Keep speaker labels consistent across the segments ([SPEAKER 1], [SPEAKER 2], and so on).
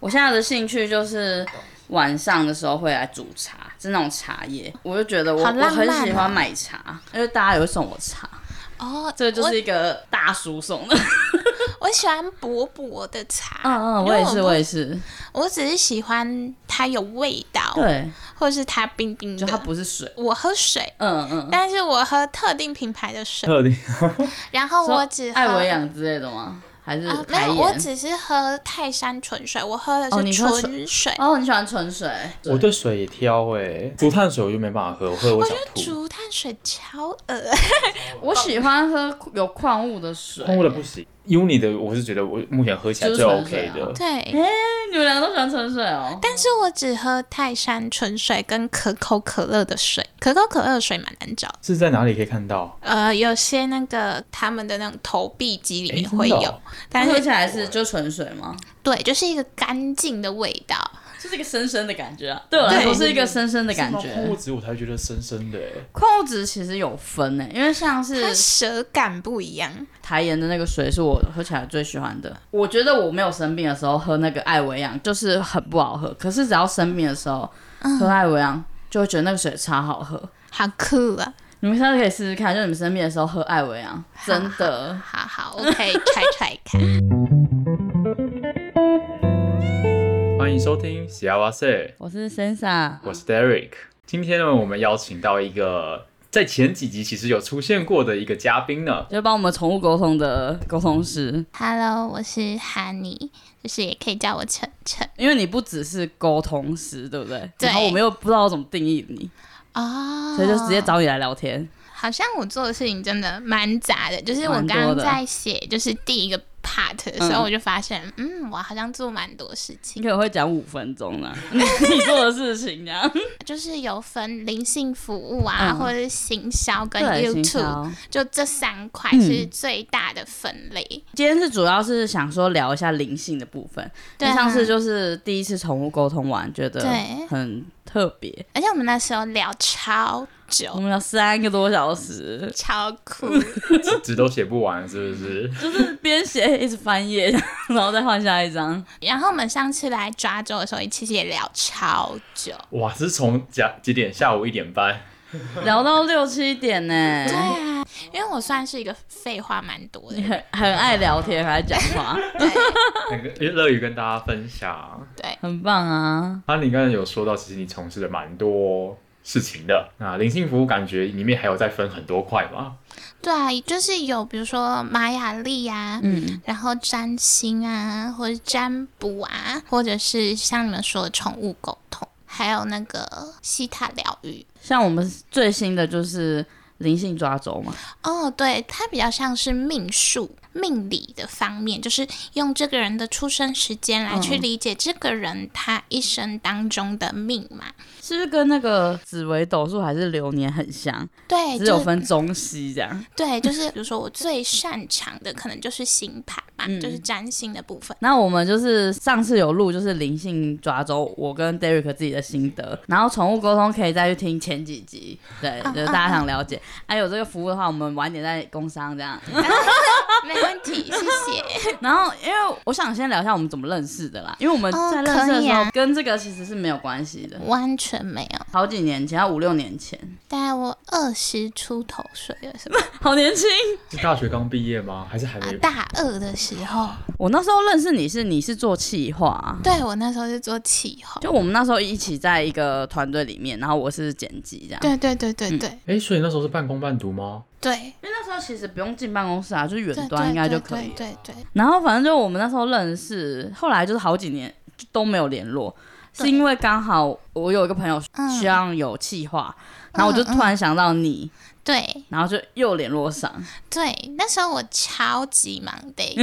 [SPEAKER 1] 我现在的兴趣就是晚上的时候会来煮茶，是那种茶叶。我就觉得我、
[SPEAKER 2] 好
[SPEAKER 1] 我
[SPEAKER 2] 浪漫
[SPEAKER 1] 很
[SPEAKER 2] 哦
[SPEAKER 1] 喜欢买茶，因为大家也会送我茶，
[SPEAKER 2] 哦，
[SPEAKER 1] 这就是一个大叔送的。
[SPEAKER 2] 我我喜欢薄薄的茶，因
[SPEAKER 1] 嗯 我
[SPEAKER 2] 为
[SPEAKER 1] 也是，
[SPEAKER 2] 不
[SPEAKER 1] 我也是，
[SPEAKER 2] 我只是喜欢它有味道，
[SPEAKER 1] 对，
[SPEAKER 2] 或者是它冰冰
[SPEAKER 1] 就
[SPEAKER 2] 的。
[SPEAKER 1] 它不是水，
[SPEAKER 2] 我喝水，
[SPEAKER 1] 嗯嗯。
[SPEAKER 2] 但是我喝特定品牌的水，
[SPEAKER 3] 特定
[SPEAKER 2] 然后我只
[SPEAKER 1] 说
[SPEAKER 2] 喝
[SPEAKER 1] 艾维养之类的吗？还是
[SPEAKER 2] 啊，没
[SPEAKER 1] 海
[SPEAKER 2] 有，我
[SPEAKER 1] 盐？
[SPEAKER 2] 只是喝泰山纯水，我喝的
[SPEAKER 1] 哦
[SPEAKER 2] 是
[SPEAKER 1] 你喝纯
[SPEAKER 2] 纯水。
[SPEAKER 1] 哦，你喜欢纯水？
[SPEAKER 3] 我对水也挑哎、竹炭水我就没办法喝，我喝我
[SPEAKER 2] 我
[SPEAKER 3] 想
[SPEAKER 2] 觉
[SPEAKER 1] 哦
[SPEAKER 2] 得
[SPEAKER 3] 吐。
[SPEAKER 2] 竹炭水超恶
[SPEAKER 1] 我喜欢喝有矿物的水。哎
[SPEAKER 3] 空的不行，uni 的我是觉得我目前喝起来
[SPEAKER 1] 就是
[SPEAKER 3] 最
[SPEAKER 1] 纯
[SPEAKER 3] OK
[SPEAKER 1] 水啊
[SPEAKER 3] 的。
[SPEAKER 2] 对，
[SPEAKER 1] 你们俩都喜欢纯水哦？
[SPEAKER 2] 但是我只喝泰山纯水跟可口可乐的水，可口可乐的水蛮难找的。
[SPEAKER 3] 是在哪里可以看到？
[SPEAKER 2] 呃，有些那个他们的那种投币机里
[SPEAKER 3] 诶
[SPEAKER 2] 面会有，
[SPEAKER 3] 真的哦
[SPEAKER 2] 但
[SPEAKER 1] 喝
[SPEAKER 2] 是
[SPEAKER 1] 起来是就纯水吗？
[SPEAKER 2] 对，就是一个干净的味道。
[SPEAKER 1] 就是一个深深的感觉啊，对我来说是一个深深的感
[SPEAKER 3] 是吗矿
[SPEAKER 1] 觉。
[SPEAKER 3] 物质我才觉得深深的、欸，
[SPEAKER 1] 矿物质其实有分呢、因为像
[SPEAKER 2] 它
[SPEAKER 1] 是
[SPEAKER 2] 舌感不一样，
[SPEAKER 1] 台盐的那个水是我喝起来最喜欢的。我觉得我没有生病的时候喝那个艾维养就是很不好喝，可是只要生病的时候
[SPEAKER 2] 嗯
[SPEAKER 1] 喝艾维养，就会觉得那个水超好喝。
[SPEAKER 2] 好酷啊！
[SPEAKER 1] 你们下次可以试试看，就你们生病的时候喝艾维昂，真的。
[SPEAKER 2] 好好，我 可以 try try 看。
[SPEAKER 3] 欢迎收听《喜亚哇塞》，
[SPEAKER 1] 我是 Sensa，
[SPEAKER 3] 我是 Derek。今天呢，我们邀请到一个在前几集其实有出现过的一个嘉宾呢，
[SPEAKER 1] 就帮我们宠物沟通的沟通师，
[SPEAKER 2] Hello，我是 Honey，就是也可以叫我晨晨
[SPEAKER 1] 因为你不只是沟通师，对不对？
[SPEAKER 2] 对
[SPEAKER 1] 然后我们又不知道怎么定义你，
[SPEAKER 2] 哦。
[SPEAKER 1] 所以就直接找你来聊天。
[SPEAKER 2] 好像我做的事情真的蛮杂的，就是我
[SPEAKER 1] 蛮
[SPEAKER 2] 刚
[SPEAKER 1] 多
[SPEAKER 2] 刚
[SPEAKER 1] 的
[SPEAKER 2] 在写就是第一个 part 的时候，
[SPEAKER 1] 嗯
[SPEAKER 2] 我就发现，嗯，我好像做蛮多事
[SPEAKER 1] 你
[SPEAKER 2] 情，
[SPEAKER 1] 可能会讲五分钟 啦，你做的事情啊这样。
[SPEAKER 2] 就是有分灵性服务啊，
[SPEAKER 1] 嗯
[SPEAKER 2] 或者是行销跟
[SPEAKER 1] 对，行
[SPEAKER 2] YouTube，
[SPEAKER 1] 销。
[SPEAKER 2] 就这三块
[SPEAKER 1] 嗯
[SPEAKER 2] 是最大的分类。
[SPEAKER 1] 今天是主要是想说聊一下灵性的部分。
[SPEAKER 2] 对啊
[SPEAKER 1] 你上次就是第一次宠物沟通完，觉得
[SPEAKER 2] 对
[SPEAKER 1] 很特别。
[SPEAKER 2] 而且我们那时候聊超
[SPEAKER 1] 我
[SPEAKER 2] 久，
[SPEAKER 1] 们聊三个多小时，
[SPEAKER 2] 超酷，
[SPEAKER 3] 纸都写不完，是不是？
[SPEAKER 1] 边写一直翻页， 然后再换下一张。
[SPEAKER 2] 然后我们上次来抓周的时候，其实也聊超久。
[SPEAKER 3] 哇，是从几几点？下午一点半。
[SPEAKER 1] 聊到六七点呢、
[SPEAKER 2] 因为我算是一个废话蛮多的
[SPEAKER 1] 你
[SPEAKER 2] 人，
[SPEAKER 1] 很很爱聊天，很爱讲 话，
[SPEAKER 3] 那个乐于跟大家分享。
[SPEAKER 2] 对，
[SPEAKER 1] 很棒啊！
[SPEAKER 3] 啊，你刚才有说到，其实你从事了蛮多事情的。那灵性服务感觉里面还有再分很多块嘛？
[SPEAKER 2] 对啊，就是有比如说玛雅历啊，
[SPEAKER 1] 嗯，
[SPEAKER 2] 然后占星啊，或者占卜啊，或者是像你们说的宠物沟通，还有那个西塔疗愈。
[SPEAKER 1] 像我们最新的就是灵性抓周嘛，
[SPEAKER 2] 哦，对，它比较像是命数、命理的方面，就是用这个人的出生时间来去理解这个人他一生当中的命嘛。
[SPEAKER 1] 是不是跟那个紫微斗数还是流年很像？
[SPEAKER 2] 对，
[SPEAKER 1] 只有
[SPEAKER 2] 就
[SPEAKER 1] 分中西这样。
[SPEAKER 2] 对，就是比如说我最擅长的可能就是星盘嘛，
[SPEAKER 1] 嗯
[SPEAKER 2] 就是占星的部分。
[SPEAKER 1] 那我们就是上次有录就是灵性抓周，我跟 Derek 自己的心得，然后宠物沟通可以再去听前几集，对，
[SPEAKER 2] 啊
[SPEAKER 1] 就是大家想了解。还有这个服务的话，我们晚点再工商这样。
[SPEAKER 2] 没问题，谢谢。
[SPEAKER 1] 然后，因为我想先聊一下我们怎么认识的啦，因为我们
[SPEAKER 2] 哦
[SPEAKER 1] 在认识的
[SPEAKER 2] 可以
[SPEAKER 1] 时候、
[SPEAKER 2] 啊
[SPEAKER 1] 跟这个其实是没有关系的，
[SPEAKER 2] 完全没有，
[SPEAKER 1] 好几年前，要五六年前，
[SPEAKER 2] 大概我二十出头岁了，是吧？
[SPEAKER 1] 好年轻。
[SPEAKER 3] 是大学刚毕业吗？还是还
[SPEAKER 2] 啊
[SPEAKER 1] 哎
[SPEAKER 3] 没？，
[SPEAKER 2] 大二的时候，
[SPEAKER 1] 我那时候认识你是你是做企划啊、
[SPEAKER 2] 对我那时候是做气候，
[SPEAKER 1] 就我们那时候一起在一个团队里面，然后我是剪辑这样。
[SPEAKER 2] 对对对
[SPEAKER 1] 嗯
[SPEAKER 2] 对对、
[SPEAKER 3] 哎、所以那时候是半工半读吗？
[SPEAKER 2] 对，
[SPEAKER 1] 因为那时候其实不用进办公室啊，就是
[SPEAKER 2] 对
[SPEAKER 1] 远端应该就可以。
[SPEAKER 2] 对对对
[SPEAKER 1] 然后反正就我们那时候认识，后来就是好几年就都没有联络，
[SPEAKER 2] 对
[SPEAKER 1] 是因为刚好我有一个朋友
[SPEAKER 2] 嗯
[SPEAKER 1] 需要有企划，然后我就突然想到你，
[SPEAKER 2] 对
[SPEAKER 1] 然后就又联络上。
[SPEAKER 2] 对，那时候我超级忙 的，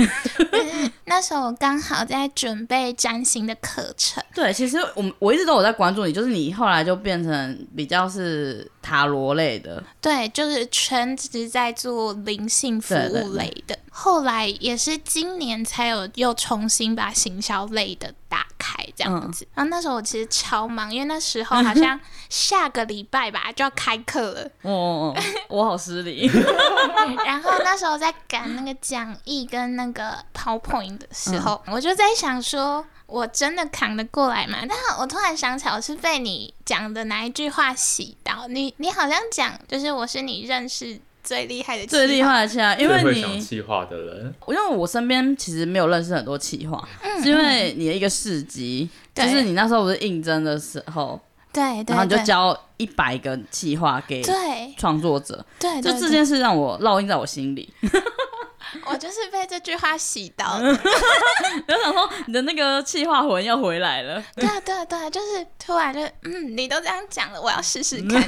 [SPEAKER 2] 就是那时候我刚好在准备占星的课程，
[SPEAKER 1] 对，其实我们我一直都有在关注你，就是你后来就变成比较是塔罗类的，
[SPEAKER 2] 对，就是全职在做灵性服
[SPEAKER 1] 对
[SPEAKER 2] 务
[SPEAKER 1] 对
[SPEAKER 2] 类的。后来也是今年才有又重新把行销类的打开这
[SPEAKER 1] 嗯
[SPEAKER 2] 样子。然后那时候我其实超忙，因为那时候好像 下个礼拜吧就要开课了，
[SPEAKER 1] 哦 哦，哦，我好失 礼。
[SPEAKER 2] 然后那
[SPEAKER 1] 嗯
[SPEAKER 2] 时候在赶那个讲义跟那个 PowerPoint 的时候，我就在想说。我真的扛得过来吗？但我突然想起来，我是被你讲的哪一句话洗到？你你好像讲，就是我是你认识最厉害的，
[SPEAKER 1] 最厉，害的企划，因
[SPEAKER 3] 最
[SPEAKER 1] 为
[SPEAKER 3] 会想
[SPEAKER 1] 你
[SPEAKER 3] 气话的人，
[SPEAKER 1] 因为我身边其实没有认识很多企划，
[SPEAKER 2] 嗯
[SPEAKER 1] 是因为你的一个市集，就
[SPEAKER 2] 对
[SPEAKER 1] 是你那时候不是应征的时候，
[SPEAKER 2] 对对
[SPEAKER 1] 然后你就
[SPEAKER 2] 对，
[SPEAKER 1] 交一百个企划给
[SPEAKER 2] 对
[SPEAKER 1] 创作者，
[SPEAKER 2] 对，
[SPEAKER 1] 就
[SPEAKER 2] 对
[SPEAKER 1] 这
[SPEAKER 2] 对
[SPEAKER 1] 件事让我烙印在我心里。
[SPEAKER 2] 我就是被这句话洗 到的。
[SPEAKER 1] 我想说，你的那个企划魂要回来了。
[SPEAKER 2] 对啊，对啊，对啊，就是突然就嗯，你都这样讲了，我要试试 看。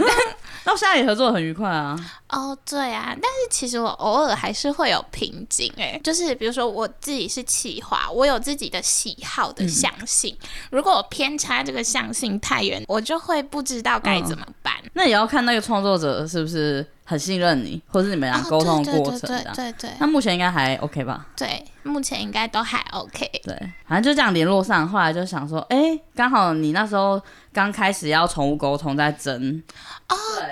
[SPEAKER 1] 到现在也合作得很愉快啊，
[SPEAKER 2] 哦，对啊，但是其实我偶尔还是会有瓶颈哎、就是比如说我自己是企划，我有自己的喜好
[SPEAKER 1] 嗯
[SPEAKER 2] 的向性，如果我偏差这个向性太远，我就会不知道
[SPEAKER 1] 嗯
[SPEAKER 2] 该怎么办。
[SPEAKER 1] 那也要看那个创作者是不是很信任你，或是你们俩沟通的过程
[SPEAKER 2] 哦对
[SPEAKER 1] 这
[SPEAKER 2] 对
[SPEAKER 1] 样。
[SPEAKER 2] 对对
[SPEAKER 1] 那
[SPEAKER 2] 对
[SPEAKER 1] 目前应该还 OK 吧？
[SPEAKER 2] 对，目前应该都还 OK。
[SPEAKER 1] 对，反正就这样联络上，后来就想说，哎、刚好你那时候刚开始要宠物沟通在争，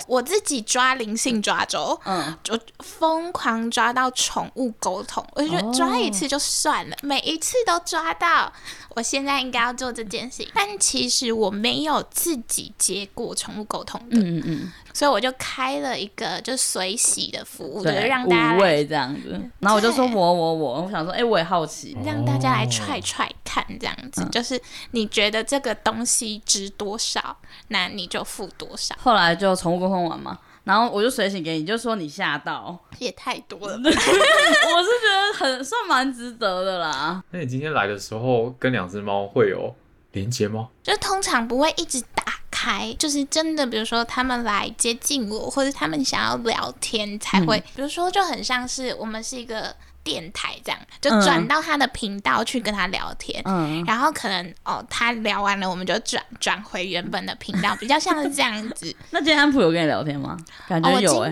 [SPEAKER 2] 我自己抓灵性抓周，
[SPEAKER 1] 嗯，
[SPEAKER 2] 就疯狂抓到宠物沟通，我就觉得
[SPEAKER 1] 哦
[SPEAKER 2] 抓一次就算了，每一次都抓到，我现在应该要做这件事情。但其实我没有自己接过宠物沟通的，
[SPEAKER 1] 嗯嗯嗯，
[SPEAKER 2] 所以我就开了一个就随喜的服务，就是
[SPEAKER 1] 对，
[SPEAKER 2] 让大家
[SPEAKER 1] 五
[SPEAKER 2] 来
[SPEAKER 1] 位这样子。然后我就说我我我，我想说，哎、我也好奇，
[SPEAKER 2] 让大家来踹
[SPEAKER 3] 哦
[SPEAKER 2] 踹看，这样
[SPEAKER 1] 哦
[SPEAKER 2] 子、就是你觉得这个东西值多少，那你就付多少，
[SPEAKER 1] 后来就宠物沟通完嘛。然后我就随行给你，就说你吓到，
[SPEAKER 2] 也太多了吧。
[SPEAKER 1] 我是觉得很算蛮值得的啦。
[SPEAKER 3] 那你今天来的时候跟两只猫会有连接吗？
[SPEAKER 2] 就通常不会一直打开，就是真的，比如说他们来接近我，或者他们想要聊天才会，
[SPEAKER 1] 嗯
[SPEAKER 2] 比如说就很像是我们是一个电台这样，就
[SPEAKER 1] 嗯
[SPEAKER 2] 转到他的频道去跟他聊天。
[SPEAKER 1] 嗯，
[SPEAKER 2] 然后可能哦，他聊完了，我们就转转回原本的频道，比较像是这样 子。
[SPEAKER 1] 那今天安普有跟你聊天吗？感
[SPEAKER 2] 哦
[SPEAKER 1] 觉
[SPEAKER 2] 我
[SPEAKER 1] 有
[SPEAKER 2] 今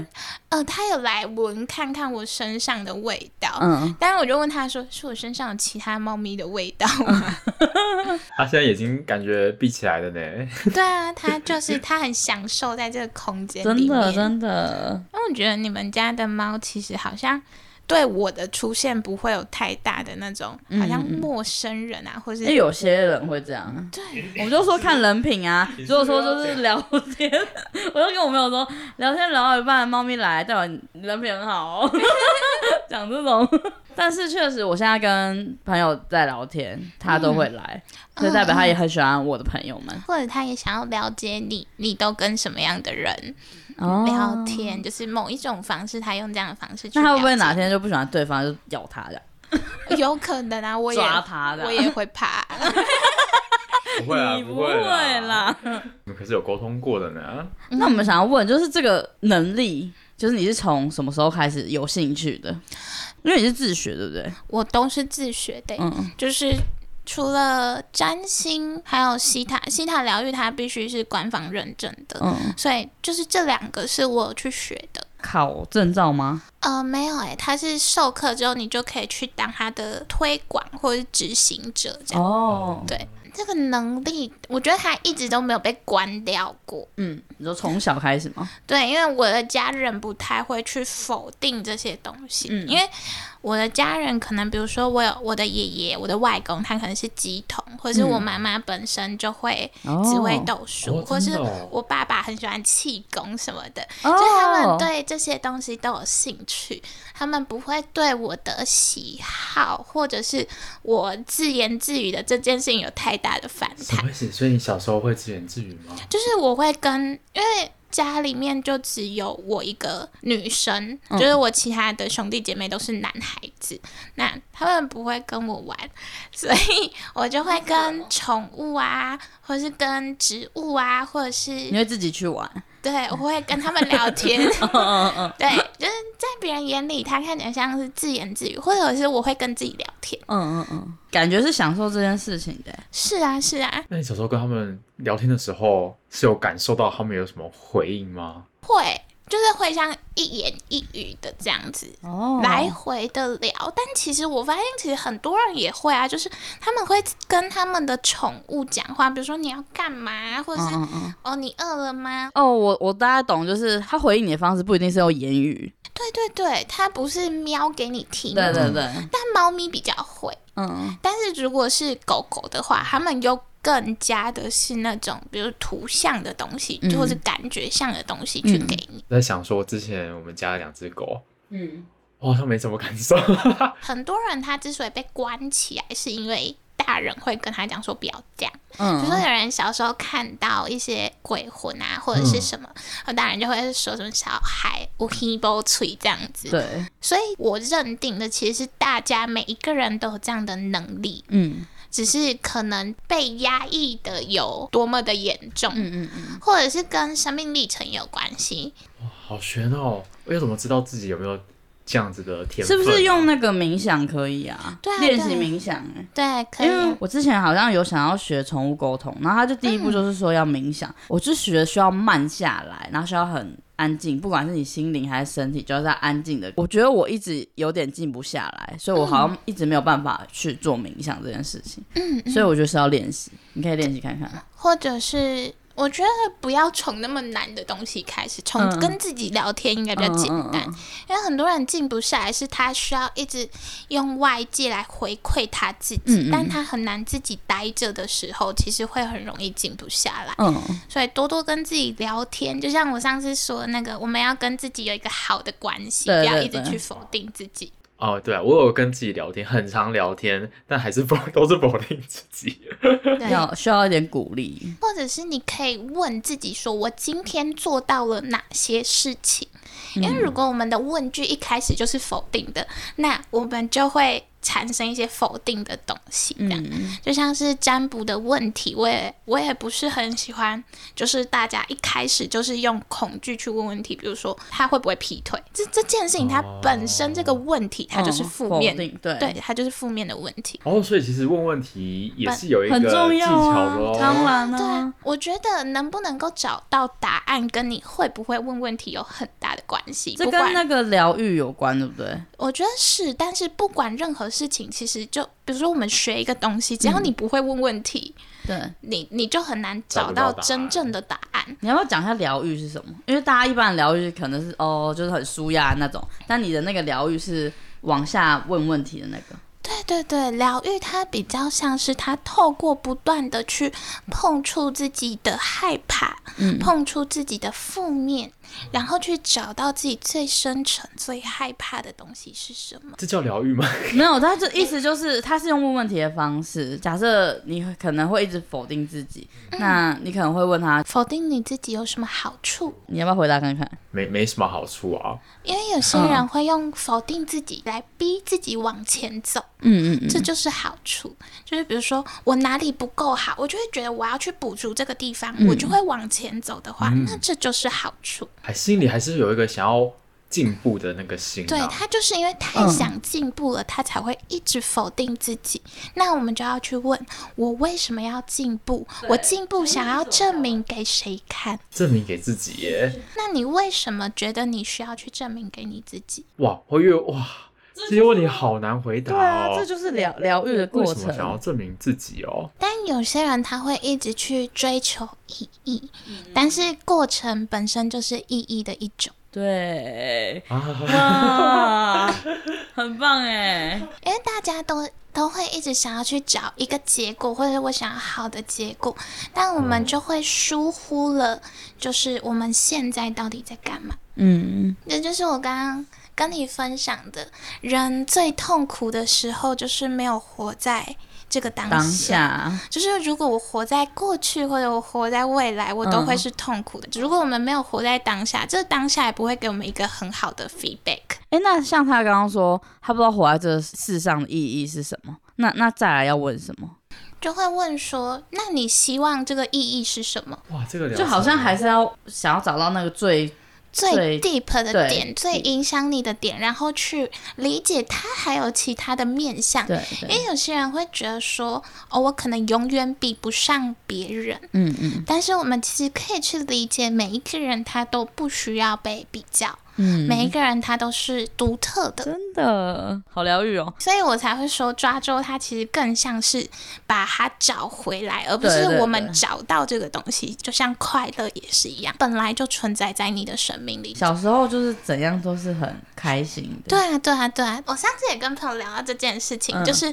[SPEAKER 1] 哎、
[SPEAKER 2] 呃，他有来闻看看我身上的味道，
[SPEAKER 1] 嗯，
[SPEAKER 2] 但是我就问他说：“是我身上有其他猫咪的味道
[SPEAKER 1] 嗯
[SPEAKER 2] 吗？”
[SPEAKER 3] 它现在已经感觉闭起来了 呢。
[SPEAKER 2] 对啊，他就是他很享受在这个空间
[SPEAKER 1] 真
[SPEAKER 2] 里面，
[SPEAKER 1] 的真的，
[SPEAKER 2] 因为我觉得你们家的猫其实好像对我的出现不会有太大的那种，
[SPEAKER 1] 嗯
[SPEAKER 2] 好像陌生人啊，或是、
[SPEAKER 1] 哎、有些人会这样，
[SPEAKER 2] 对
[SPEAKER 1] 我就说看人品啊。
[SPEAKER 3] 你
[SPEAKER 1] 如
[SPEAKER 3] 是不
[SPEAKER 1] 果
[SPEAKER 3] 是
[SPEAKER 1] 说
[SPEAKER 3] 要
[SPEAKER 1] 就是聊天， 我就跟我朋友说，聊天聊到一半，猫咪来，代表你人品很好哦， 讲这种。但是确实，我现在跟朋友在聊天，他都会来，
[SPEAKER 2] 嗯
[SPEAKER 1] 所以代表他也很喜欢我的朋友们、
[SPEAKER 2] 或者他也想要了解你，你都跟什么样的人
[SPEAKER 1] 哦
[SPEAKER 2] 聊。天，就是某一种方式，他用这样的方式去
[SPEAKER 1] 那
[SPEAKER 2] 了解。
[SPEAKER 1] 他会不会哪天就不喜欢对方，就咬他这样，
[SPEAKER 2] 有可能啊？我也
[SPEAKER 1] 抓他的？
[SPEAKER 2] 我也会怕，啊
[SPEAKER 3] 不会啊，
[SPEAKER 1] 你
[SPEAKER 3] 不
[SPEAKER 1] 不会
[SPEAKER 3] 啦，
[SPEAKER 1] 啦。
[SPEAKER 3] 我们可是有沟通过的呢。
[SPEAKER 2] 嗯
[SPEAKER 1] 那我们想要问，就是这个能力，就是你是从什么时候开始有兴趣的？因为你是自学，对不对？
[SPEAKER 2] 我都是自学的，
[SPEAKER 1] 嗯，
[SPEAKER 2] 就是。除了占星，还有西塔，西塔疗愈它必须是官方认证的，
[SPEAKER 1] 嗯，
[SPEAKER 2] 所以就是这两个是我有去学的。
[SPEAKER 1] 考证照吗？
[SPEAKER 2] 呃，没有哎、它是授课之后你就可以去当它的推广或者执行者这样。
[SPEAKER 1] 哦，
[SPEAKER 2] 对，这个能力我觉得它一直都没有被关掉过。
[SPEAKER 1] 嗯，你说从小开始吗？
[SPEAKER 2] 对，因为我的家人不太会去否定这些东西，
[SPEAKER 1] 嗯
[SPEAKER 2] 因为我的家人可能，比如说我有我的爷爷、我的外公，他可能是鸡童，或是我
[SPEAKER 1] 嗯
[SPEAKER 2] 妈妈本身就会
[SPEAKER 1] 哦
[SPEAKER 2] 紫微斗数，
[SPEAKER 3] 哦
[SPEAKER 2] 或
[SPEAKER 3] 真
[SPEAKER 2] 是
[SPEAKER 3] 的哦
[SPEAKER 2] 我爸爸很喜欢气功什么的，
[SPEAKER 1] 哦，
[SPEAKER 2] 就他们对这些东西都有兴趣，他们不会对我的喜好或者是我自言自语的这件事情有太大的反
[SPEAKER 3] 什
[SPEAKER 2] 弹
[SPEAKER 3] 么。意思？所以你小时候会自言自语吗？
[SPEAKER 2] 就是我会跟，因为家里面就只有我一个女生，
[SPEAKER 1] 嗯
[SPEAKER 2] 就是我其他的兄弟姐妹都是男孩子，那他们不会跟我玩，所以我就会跟宠物啊，或是跟植物啊，或者
[SPEAKER 1] 你
[SPEAKER 2] 是
[SPEAKER 1] 会自己去玩。
[SPEAKER 2] 对我会跟他们聊天。
[SPEAKER 1] 嗯嗯嗯
[SPEAKER 2] 对，就是在别人眼里，他看起来像是自言自语，或者是我会跟自己聊天。
[SPEAKER 1] 嗯嗯嗯，感觉是享受这件事情的。
[SPEAKER 2] 是啊，是啊，
[SPEAKER 3] 那你小时候跟他们聊天的时候，是有感受到他们有什么回应吗？
[SPEAKER 2] 会就是会像一言一语的这样子。
[SPEAKER 1] 哦
[SPEAKER 2] 来回的聊，但其实我发现，其实很多人也会啊，就是他们会跟他们的宠物讲话，比如说你要干嘛，或者
[SPEAKER 1] 嗯
[SPEAKER 2] 是、
[SPEAKER 1] 嗯嗯。
[SPEAKER 2] 哦你饿了吗？
[SPEAKER 1] 哦，我我大概懂，就是他回应你的方式不一定是用言语，
[SPEAKER 2] 对对对，它不是喵给你听，
[SPEAKER 1] 对对对，
[SPEAKER 2] 但猫咪比较会，
[SPEAKER 1] 嗯，
[SPEAKER 2] 但是如果是狗狗的话，他们又更加的是那种，比如图像的东西，
[SPEAKER 1] 嗯
[SPEAKER 2] 或是感觉像的东西去给你。
[SPEAKER 3] 在想说，之前我们家的两只狗，
[SPEAKER 1] 嗯，
[SPEAKER 3] 我好像没什么感受。
[SPEAKER 2] 很多人他之所以被关起来，是因为大人会跟他讲说不要这样。比如说
[SPEAKER 1] 嗯，
[SPEAKER 2] 有人小时候看到一些鬼魂啊，或者是什
[SPEAKER 1] 嗯
[SPEAKER 2] 么，呃大人就会说什么小孩无黑包吹这样子。
[SPEAKER 1] 对，
[SPEAKER 2] 所以我认定的其实是大家每一个人都有这样的能力，
[SPEAKER 1] 嗯
[SPEAKER 2] 只是可能被压抑的有多么的严重。
[SPEAKER 1] 嗯嗯嗯，
[SPEAKER 2] 或者是跟生命历程有关系。
[SPEAKER 3] 好悬哦！我要怎么知道自己有没有这样子的天分、啊
[SPEAKER 1] 是不是用？那个冥想可以啊？
[SPEAKER 2] 对啊
[SPEAKER 1] 练习
[SPEAKER 2] 对啊
[SPEAKER 1] 冥想、欸，
[SPEAKER 2] 对，可以啊
[SPEAKER 1] 因为我之前好像有想要学宠物沟通，然后他就第一步就是说要冥想，我就学需要慢下来，然后需要很安静，不管是你心灵还是身体，就是要安静的。我觉得我一直有点静不下来，所以我好像一直没有办法去做冥想这件事情，
[SPEAKER 2] 嗯，嗯
[SPEAKER 1] 所以我觉得是要练习，你可以练习看看。
[SPEAKER 2] 或者是我觉得不要从那么难的东西开始，从
[SPEAKER 1] 嗯
[SPEAKER 2] 跟自己聊天应该比较简单，
[SPEAKER 1] 嗯嗯嗯
[SPEAKER 2] 因为很多人静不下来，是他需要一直用外界来回馈他自己，
[SPEAKER 1] 嗯嗯
[SPEAKER 2] 但他很难自己待着的时候，其实会很容易静不下来。
[SPEAKER 1] 嗯
[SPEAKER 2] 所以多多跟自己聊天，就像我上次说那个，我们要跟自己有一个好的关系，
[SPEAKER 1] 对
[SPEAKER 2] 不要
[SPEAKER 1] 对
[SPEAKER 2] 一直
[SPEAKER 1] 对
[SPEAKER 2] 去否定自己。
[SPEAKER 3] 哦，对、啊，我有跟自己聊天，很常聊天，但还是否 都是否定自己。
[SPEAKER 2] 对，
[SPEAKER 1] 要需要一点鼓励，
[SPEAKER 2] 或者是你可以问自己说：“我今天做到了哪些事情？”
[SPEAKER 1] 嗯
[SPEAKER 2] 因为如果我们的问句一开始就是否定的，那我们就会产生一些否定的东西。这样，
[SPEAKER 1] 嗯
[SPEAKER 2] 就像是占卜的问题，我也我也不是很喜欢，就是大家一开始就是用恐惧去问问题，比如说他会不会劈腿，这这件事情它
[SPEAKER 3] 哦
[SPEAKER 2] 本身这个问题它就是
[SPEAKER 1] 嗯
[SPEAKER 2] 负面
[SPEAKER 1] 否
[SPEAKER 2] 的，
[SPEAKER 1] 定对
[SPEAKER 2] 对，它就是负面的问题。
[SPEAKER 3] 哦，所以其实问问题也是有一个
[SPEAKER 1] 很
[SPEAKER 3] 技
[SPEAKER 1] 重要
[SPEAKER 3] 巧
[SPEAKER 1] 啊
[SPEAKER 3] 的哦。，
[SPEAKER 1] 当然
[SPEAKER 2] 对
[SPEAKER 1] 啊
[SPEAKER 2] 啊，，我觉得能不能够找到答案，跟你会不会问问题有很大的关系。
[SPEAKER 1] 这
[SPEAKER 2] 不
[SPEAKER 1] 跟
[SPEAKER 2] 管
[SPEAKER 1] 那个疗愈有关，对不对？
[SPEAKER 2] 我觉得是，但是不管任何事情，其实就比如说我们学一个东西，只要你不会问问题，
[SPEAKER 1] 对。
[SPEAKER 2] 你你就很难
[SPEAKER 3] 找
[SPEAKER 2] 找
[SPEAKER 3] 不
[SPEAKER 2] 到
[SPEAKER 3] 到
[SPEAKER 2] 真正的答案。
[SPEAKER 1] 你要不要讲一下疗愈是什么？因为大家一般疗愈可能是哦，就是很舒压那种，但你的那个疗愈是往下问问题的那个。
[SPEAKER 2] 对对对，疗愈它比较像是它透过不断的去碰触自己的害怕，
[SPEAKER 1] 嗯
[SPEAKER 2] 碰触自己的负面，然后去找到自己最深层、最害怕的东西是什么。
[SPEAKER 3] 这叫疗愈吗？
[SPEAKER 1] 没有，他这意思就是他是用问问题的方式。假设你可能会一直否定自己，那你可能会问他，
[SPEAKER 2] 否定你自己有什么好处？
[SPEAKER 1] 你要不要回答看看？
[SPEAKER 3] 没没什么好处啊。
[SPEAKER 2] 因为有些人会用否定自己来逼自己往前走，
[SPEAKER 1] 嗯嗯嗯，
[SPEAKER 2] 这就是好处。就是比如说我哪里不够好，我就会觉得我要去补足这个地方，我就会往前走的话，那这就是好处。
[SPEAKER 3] 还心里还是有一个想要进步的那个心、啊。
[SPEAKER 2] 对他就是因为太想进步了，他才会一直否定自己。那我们就要去问我为什么要进步？我进步想要证明给谁看？
[SPEAKER 3] 证明给自己耶。
[SPEAKER 2] 那你为什么觉得你需要去证明给你自己？
[SPEAKER 3] 哇，我越哇，这些问题好难回答
[SPEAKER 1] 对啊，
[SPEAKER 3] 哦。
[SPEAKER 1] 这就是疗疗愈的
[SPEAKER 3] 为
[SPEAKER 1] 过
[SPEAKER 3] 什么想要
[SPEAKER 1] 程。
[SPEAKER 3] 证明自己哦？
[SPEAKER 2] 但有些人他会一直去追求意义，但是过程本身就是意义的一种。
[SPEAKER 1] 对，
[SPEAKER 3] 啊，
[SPEAKER 1] 哇，很棒哎，
[SPEAKER 2] 因为大家都都会一直想要去找一个结果，或者是我想要好的结果，但我
[SPEAKER 1] 嗯
[SPEAKER 2] 们就会疏忽了，就是我们现在到底在干嘛？
[SPEAKER 1] 嗯，
[SPEAKER 2] 这就是我刚刚跟你分享的，人最痛苦的时候就是没有活在这个当
[SPEAKER 1] 当下，
[SPEAKER 2] 就是如果我活在过去或者我活在未来，我都
[SPEAKER 1] 嗯
[SPEAKER 2] 会是痛苦的。如果我们没有活在当下，这当下也不会给我们一个很好的 feedback。
[SPEAKER 1] 哎、那像他刚刚说，他不知道活在这世上的意义是什么，那那再来要问什么？
[SPEAKER 2] 就会问说，那你希望这个意义是什么？
[SPEAKER 3] 哇，这个疗
[SPEAKER 1] 就好像
[SPEAKER 3] 程
[SPEAKER 1] 还是要想要找到那个最
[SPEAKER 2] 最
[SPEAKER 1] 最
[SPEAKER 2] deep 的
[SPEAKER 1] 对嗯
[SPEAKER 2] 点，最影响你的点，然后去理解它还有其他的面向。
[SPEAKER 1] 对
[SPEAKER 2] 因
[SPEAKER 1] 对，
[SPEAKER 2] 为有些人会觉得说，哦，我可能永远比不上别人，
[SPEAKER 1] 嗯嗯
[SPEAKER 2] 但是我们其实可以去理解每一个人，他都不需要被比较。
[SPEAKER 1] 嗯，
[SPEAKER 2] 每一个人他都是独特的，
[SPEAKER 1] 真的好疗愈哦。
[SPEAKER 2] 所以我才会说抓周，它其实更像是把它找回来，而不
[SPEAKER 1] 对对
[SPEAKER 2] 是
[SPEAKER 1] 对
[SPEAKER 2] 我们找到这个东西。就像快乐也是一样，本来就存在在你的生命里。
[SPEAKER 1] 小时候就是怎样都是很开心的，
[SPEAKER 2] 对啊，对啊，对啊！我上次也跟朋友聊到这件事情，
[SPEAKER 1] 嗯
[SPEAKER 2] 就是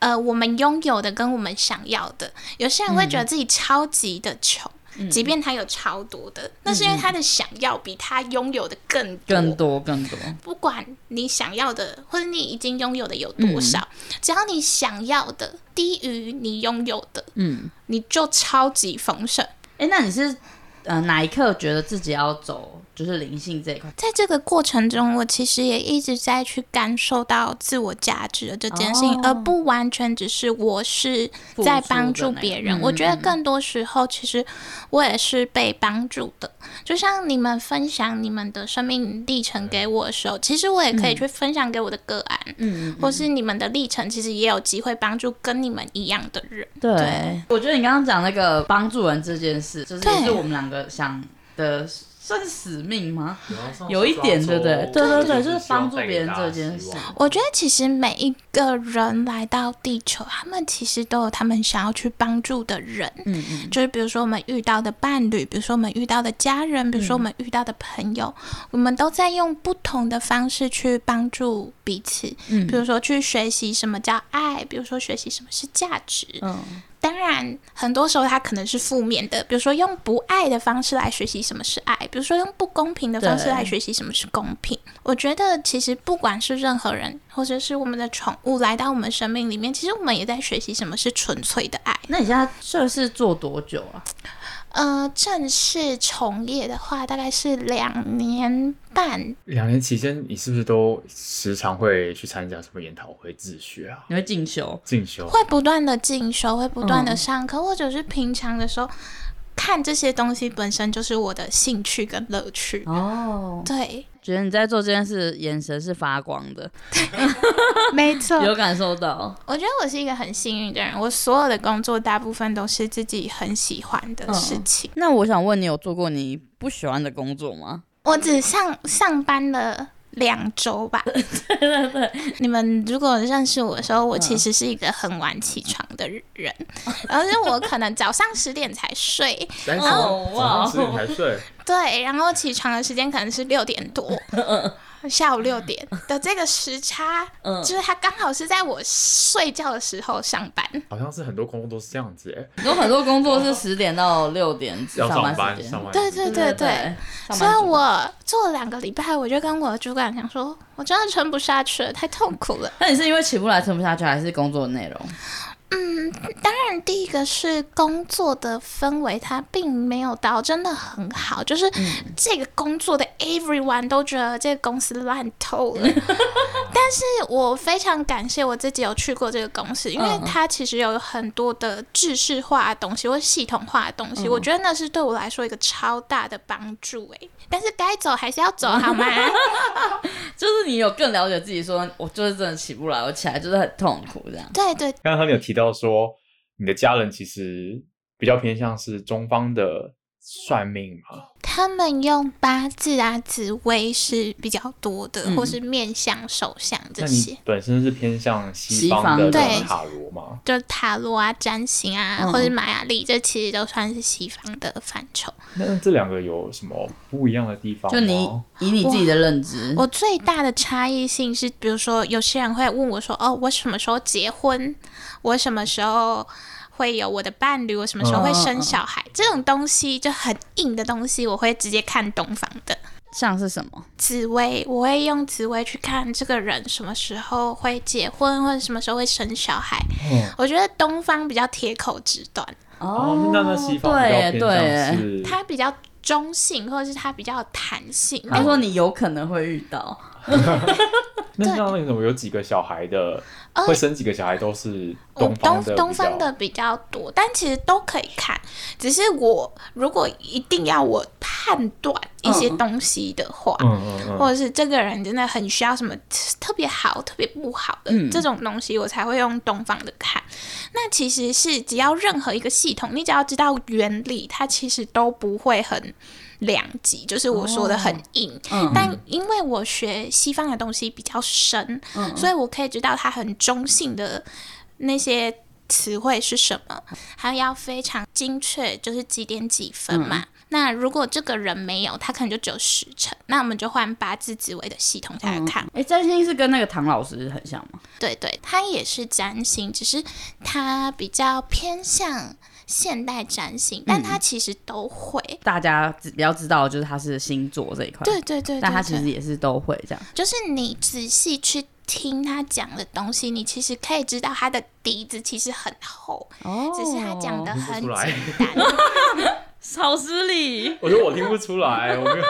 [SPEAKER 2] 呃，我们拥有的跟我们想要的，有些人会觉得自己超级的穷，
[SPEAKER 1] 嗯
[SPEAKER 2] 即便他有超多的，那是因为他的想要比他拥有的更多。
[SPEAKER 1] 更多更多，
[SPEAKER 2] 不管你想要的或者你已经拥有的有多少，只要你想要的低于你拥有的，
[SPEAKER 1] 嗯，
[SPEAKER 2] 你就超级丰盛。
[SPEAKER 1] 哎、那你是呃哪一刻觉得自己要走就是灵性这一块？
[SPEAKER 2] 在这个过程中，我其实也一直在去感受到自我价值的这件事情，
[SPEAKER 1] 哦
[SPEAKER 2] 而不完全只是我是
[SPEAKER 1] 付出的那
[SPEAKER 2] 在
[SPEAKER 1] 嗯
[SPEAKER 2] 帮助别人。我觉得更多时候，其实我也是被帮助的。就像你们分享你们的生命历程给我的时候，其实我也可以去分享给我的个案，
[SPEAKER 1] 嗯，
[SPEAKER 2] 或是你们的历程，其实也有机会帮助跟你们一样的人。
[SPEAKER 1] 对，
[SPEAKER 2] 对
[SPEAKER 1] 我觉得你刚刚讲那个帮助人这件事，就是
[SPEAKER 2] 对
[SPEAKER 1] 也是我们两个想的，算是使命吗？有
[SPEAKER 3] 有
[SPEAKER 1] 一点对不对对对对就是帮助别人这件事
[SPEAKER 2] 我觉得其实每一个人来到地球，他们其实都有他们想要去帮助的人，
[SPEAKER 1] 嗯嗯，
[SPEAKER 2] 就是比如说我们遇到的伴侣，比如说我们遇到的家人，比如
[SPEAKER 1] 嗯
[SPEAKER 2] 说我们遇到的朋友，我们都在用不同的方式去帮助彼此。
[SPEAKER 1] 嗯
[SPEAKER 2] 比如说去学习什么叫爱，比如说学习什么是价值。
[SPEAKER 1] 嗯，
[SPEAKER 2] 当然，很多时候它可能是负面的，比如说用不爱的方式来学习什么是爱，比如说用不公平的方式
[SPEAKER 1] 对
[SPEAKER 2] 来学习什么是公平。我觉得其实不管是任何人，或者是我们的宠物来到我们生命里面，其实我们也在学习什么是纯粹的爱。
[SPEAKER 1] 那你现在这是做多久啊？
[SPEAKER 2] 呃，正式从业的话，大概是两年半。
[SPEAKER 3] 两年期间，你是不是都时常会去参加什么研讨会、自学啊、
[SPEAKER 1] 你会进修？
[SPEAKER 3] 进修啊？
[SPEAKER 2] 会不断的进修，会不断的
[SPEAKER 1] 嗯
[SPEAKER 2] 上课，或者是平常的时候看这些东西本身就是我的兴趣跟乐趣。
[SPEAKER 1] 哦，
[SPEAKER 2] 对，
[SPEAKER 1] 觉得你在做这件事，眼神是发光 的，
[SPEAKER 2] 没错
[SPEAKER 1] 有感受到。
[SPEAKER 2] 我觉得我是一个很幸运的人，我所有的工作大部分都是自己很喜欢
[SPEAKER 1] 嗯
[SPEAKER 2] 的事情。
[SPEAKER 1] 那我想问你，有做过你不喜欢的工作吗？
[SPEAKER 2] 我只上上班了两周吧。对对对，你们如果认识我的时候，我其实是一个很晚起床的人，而且我可能早上十点才睡，
[SPEAKER 3] 哎
[SPEAKER 1] 哦
[SPEAKER 3] 早上
[SPEAKER 1] 哇
[SPEAKER 3] 早上十点才睡，
[SPEAKER 2] 对，然后起床的时间可能是六点多，下午六点的这个时差，
[SPEAKER 1] 嗯
[SPEAKER 2] 就是它刚好是在我睡觉的时候上班。
[SPEAKER 3] 好像是很多工作都是这样子哎，
[SPEAKER 1] 有很多工作是十点到六点
[SPEAKER 3] 要上
[SPEAKER 1] 班
[SPEAKER 3] 班
[SPEAKER 1] 时间，
[SPEAKER 3] 上班
[SPEAKER 2] 对
[SPEAKER 3] 时间，
[SPEAKER 2] 对对对。
[SPEAKER 1] 上班
[SPEAKER 2] 所以
[SPEAKER 1] 族
[SPEAKER 2] 我做了两个礼拜，我就跟我的主管讲说，我真的撑不下去了，太痛苦了。
[SPEAKER 1] 那你是因为起不来、撑不下去，还是工作内容？
[SPEAKER 2] 当然，第一个是工作的氛围，它并没有到真的很好，就是这个工作的 everyone 都觉得这个公司烂透 了。但是我非常感谢我自己有去过这个公司，因为
[SPEAKER 1] 嗯
[SPEAKER 2] 它其实有很多的制式化的东西或系统化的东西，我觉得那是对我来说一个超大的帮助、欸。但是该走还是 要走，好吗？
[SPEAKER 1] 就是你有更了解自己说我就是真的起不来，我起来就是很痛苦这样。
[SPEAKER 2] 对对
[SPEAKER 3] 刚刚你有提到说，你的家人其实比较偏向是中方的算命嘛，
[SPEAKER 2] 他们用八字啊、紫薇是比较多的，或是面相、手相这
[SPEAKER 3] 那
[SPEAKER 2] 些
[SPEAKER 3] 你，本身是偏向
[SPEAKER 1] 西
[SPEAKER 3] 西方的
[SPEAKER 1] 方
[SPEAKER 2] 的对
[SPEAKER 3] 塔罗嘛？
[SPEAKER 2] 就是塔罗啊、占星啊，
[SPEAKER 1] 嗯
[SPEAKER 2] 或是玛雅历，这其实都算是西方的范畴。
[SPEAKER 3] 那这两个有什么不一样的地方吗？
[SPEAKER 1] 就你以你自己的认知，
[SPEAKER 2] 我最大的差异性是，比如说有些人会问我说：“哦，我什么时候结婚？我什么时候？”会有我的伴侣，我什么时候会生小孩？这种东西就很硬的东西，我会直接看东方的。
[SPEAKER 1] 像是什么？
[SPEAKER 2] 紫薇，我会用紫薇去看这个人什么时候会结婚，或者什么时候会生小孩。
[SPEAKER 3] 嗯
[SPEAKER 2] 我觉得东方比较铁口直断，
[SPEAKER 3] 哦，那那西方比较
[SPEAKER 1] 对
[SPEAKER 3] 偏向
[SPEAKER 1] 对。
[SPEAKER 3] 是
[SPEAKER 2] 它比较中性，或者是它比较有弹性。
[SPEAKER 1] 他说你有可能会遇到，
[SPEAKER 3] 那像那种有几个小孩的
[SPEAKER 2] 哦
[SPEAKER 3] 会生几个小孩都是
[SPEAKER 2] 我
[SPEAKER 3] 东方的比较，
[SPEAKER 2] 嗯东方的比较多，但其实都可以看。只是我如果一定要我判断一些
[SPEAKER 1] 嗯
[SPEAKER 2] 东西的话，
[SPEAKER 3] 嗯嗯嗯，
[SPEAKER 2] 或者是这个人真的很需要什么特别好、特别不好的、
[SPEAKER 1] 嗯
[SPEAKER 2] 这种东西，我才会用东方的看。那其实是只要任何一个系统，你只要知道原理，它其实都不会很两极，就是我说的很硬。
[SPEAKER 1] 嗯
[SPEAKER 2] 但因为我学西方的东西比较深，
[SPEAKER 1] 嗯
[SPEAKER 2] 所以我可以知道它很中性的那些词汇是什么，还要非常精确，就是几点几分
[SPEAKER 1] 嗯
[SPEAKER 2] 嘛。那如果这个人没有，他可能就只有十成，那我们就换八字紫微的系统再来嗯看。
[SPEAKER 1] 哎、占星是跟那个唐老师很像吗？
[SPEAKER 2] 对对，它也是占星，只是它比较偏向现代占星，但
[SPEAKER 1] 嗯
[SPEAKER 2] 它其实都会。
[SPEAKER 1] 大家只比较知道的就是他是星座这一块，
[SPEAKER 2] 对对对对
[SPEAKER 1] 但他
[SPEAKER 2] 对
[SPEAKER 1] 其实也是都会这样。
[SPEAKER 2] 就是你仔细去听他讲的东西，你其实可以知道他的底子其实很厚，
[SPEAKER 1] 哦
[SPEAKER 2] 只是他讲的很
[SPEAKER 3] 听不出
[SPEAKER 2] 简
[SPEAKER 3] 来
[SPEAKER 2] 单，
[SPEAKER 1] 少失礼，
[SPEAKER 3] 我觉得我听不出来，我没有，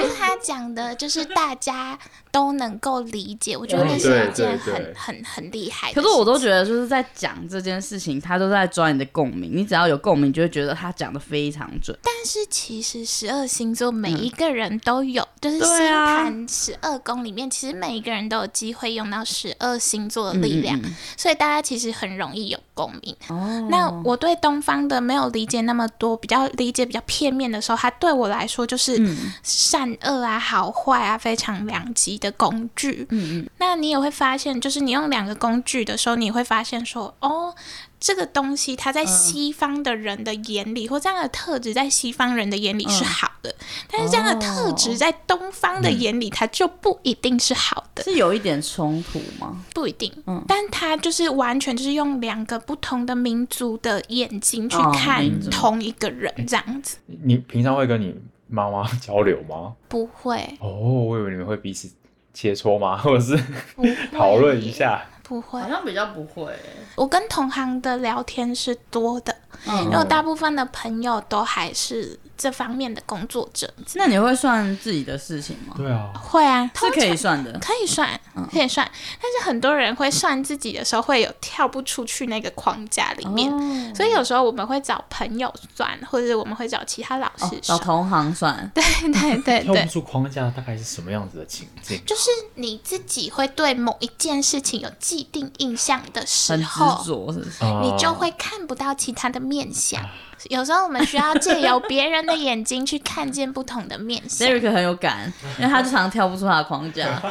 [SPEAKER 2] 就是他讲的，就是大家都能够理解。我觉得
[SPEAKER 1] 嗯
[SPEAKER 2] 那是一
[SPEAKER 3] 对对
[SPEAKER 2] 件
[SPEAKER 3] 对
[SPEAKER 2] 很很很厉害的事
[SPEAKER 1] 可
[SPEAKER 2] 情。
[SPEAKER 1] 是我都觉得就是在讲这件事情，他都在抓你的共鸣，你只要有共鸣，就会觉得他讲的非常准。
[SPEAKER 2] 但是其实十二星座每一个人都有，就是星
[SPEAKER 1] 嗯对啊
[SPEAKER 2] 盘十二宫里面，其实每一个人都有机会用到十二星座的力量，
[SPEAKER 1] 嗯
[SPEAKER 2] 所以大家其实很容易有共鸣。
[SPEAKER 1] 哦
[SPEAKER 2] 那我对东方的没有理解那么多，比较理解比较片面的时候，它对我来说就是
[SPEAKER 1] 嗯
[SPEAKER 2] 善恶啊、好坏啊非常两极的工具。
[SPEAKER 1] 嗯嗯，
[SPEAKER 2] 那你也会发现，就是你用两个工具的时候，你会发现说，哦，这个东西它在西方的人的眼里，或这样的特质在西方人的眼里是好的，但是这样的特质
[SPEAKER 1] 哦
[SPEAKER 2] 在东方的
[SPEAKER 3] 嗯
[SPEAKER 2] 眼里，它就不一定是好的。
[SPEAKER 1] 是有一点冲突吗？
[SPEAKER 2] 不一定，
[SPEAKER 1] 嗯
[SPEAKER 2] 但他就是完全就是用两个不同的民族的眼睛去
[SPEAKER 1] 哦
[SPEAKER 2] 看
[SPEAKER 1] 民族
[SPEAKER 2] 同一个人这样子，
[SPEAKER 3] 你你平常会跟你妈妈交流吗？
[SPEAKER 2] 不会
[SPEAKER 3] 哦，我以为你们会彼此切磋吗， 或者是
[SPEAKER 2] 不会
[SPEAKER 3] 讨论一，下？
[SPEAKER 2] 不会
[SPEAKER 1] 好。像比较不会、
[SPEAKER 2] 我跟同行的聊天是多的，因为
[SPEAKER 1] 嗯，
[SPEAKER 2] 我大部分的朋友都还是这方面的工作者。
[SPEAKER 1] 那你会算自己的事情吗？
[SPEAKER 3] 对啊，
[SPEAKER 2] 会啊，
[SPEAKER 1] 是
[SPEAKER 2] 通
[SPEAKER 1] 可以
[SPEAKER 2] 常
[SPEAKER 1] 算嗯的。
[SPEAKER 2] 可以算，可以算，但是很多人会算自己的时候，会有跳不出去那个框架里面。
[SPEAKER 1] 哦
[SPEAKER 2] 所以有时候我们会找朋友算，或者我们会找其他老
[SPEAKER 1] 哦
[SPEAKER 2] 师
[SPEAKER 1] 找
[SPEAKER 2] 算。
[SPEAKER 1] 同行算，
[SPEAKER 2] 对 对对
[SPEAKER 3] 跳
[SPEAKER 2] 对
[SPEAKER 3] 不，出框架，大概是什么样子的情境？
[SPEAKER 2] 就是你自己会对某一件事情有既定印象的时
[SPEAKER 1] 很执
[SPEAKER 2] 候，
[SPEAKER 1] 着，是不是？
[SPEAKER 3] 啊
[SPEAKER 2] 你就会看不到其他的面相。有时候我们需要借由别人的眼睛去看见不同的面相。
[SPEAKER 1] Derek 很有感，因为他就常跳不出他的框架，
[SPEAKER 3] 啊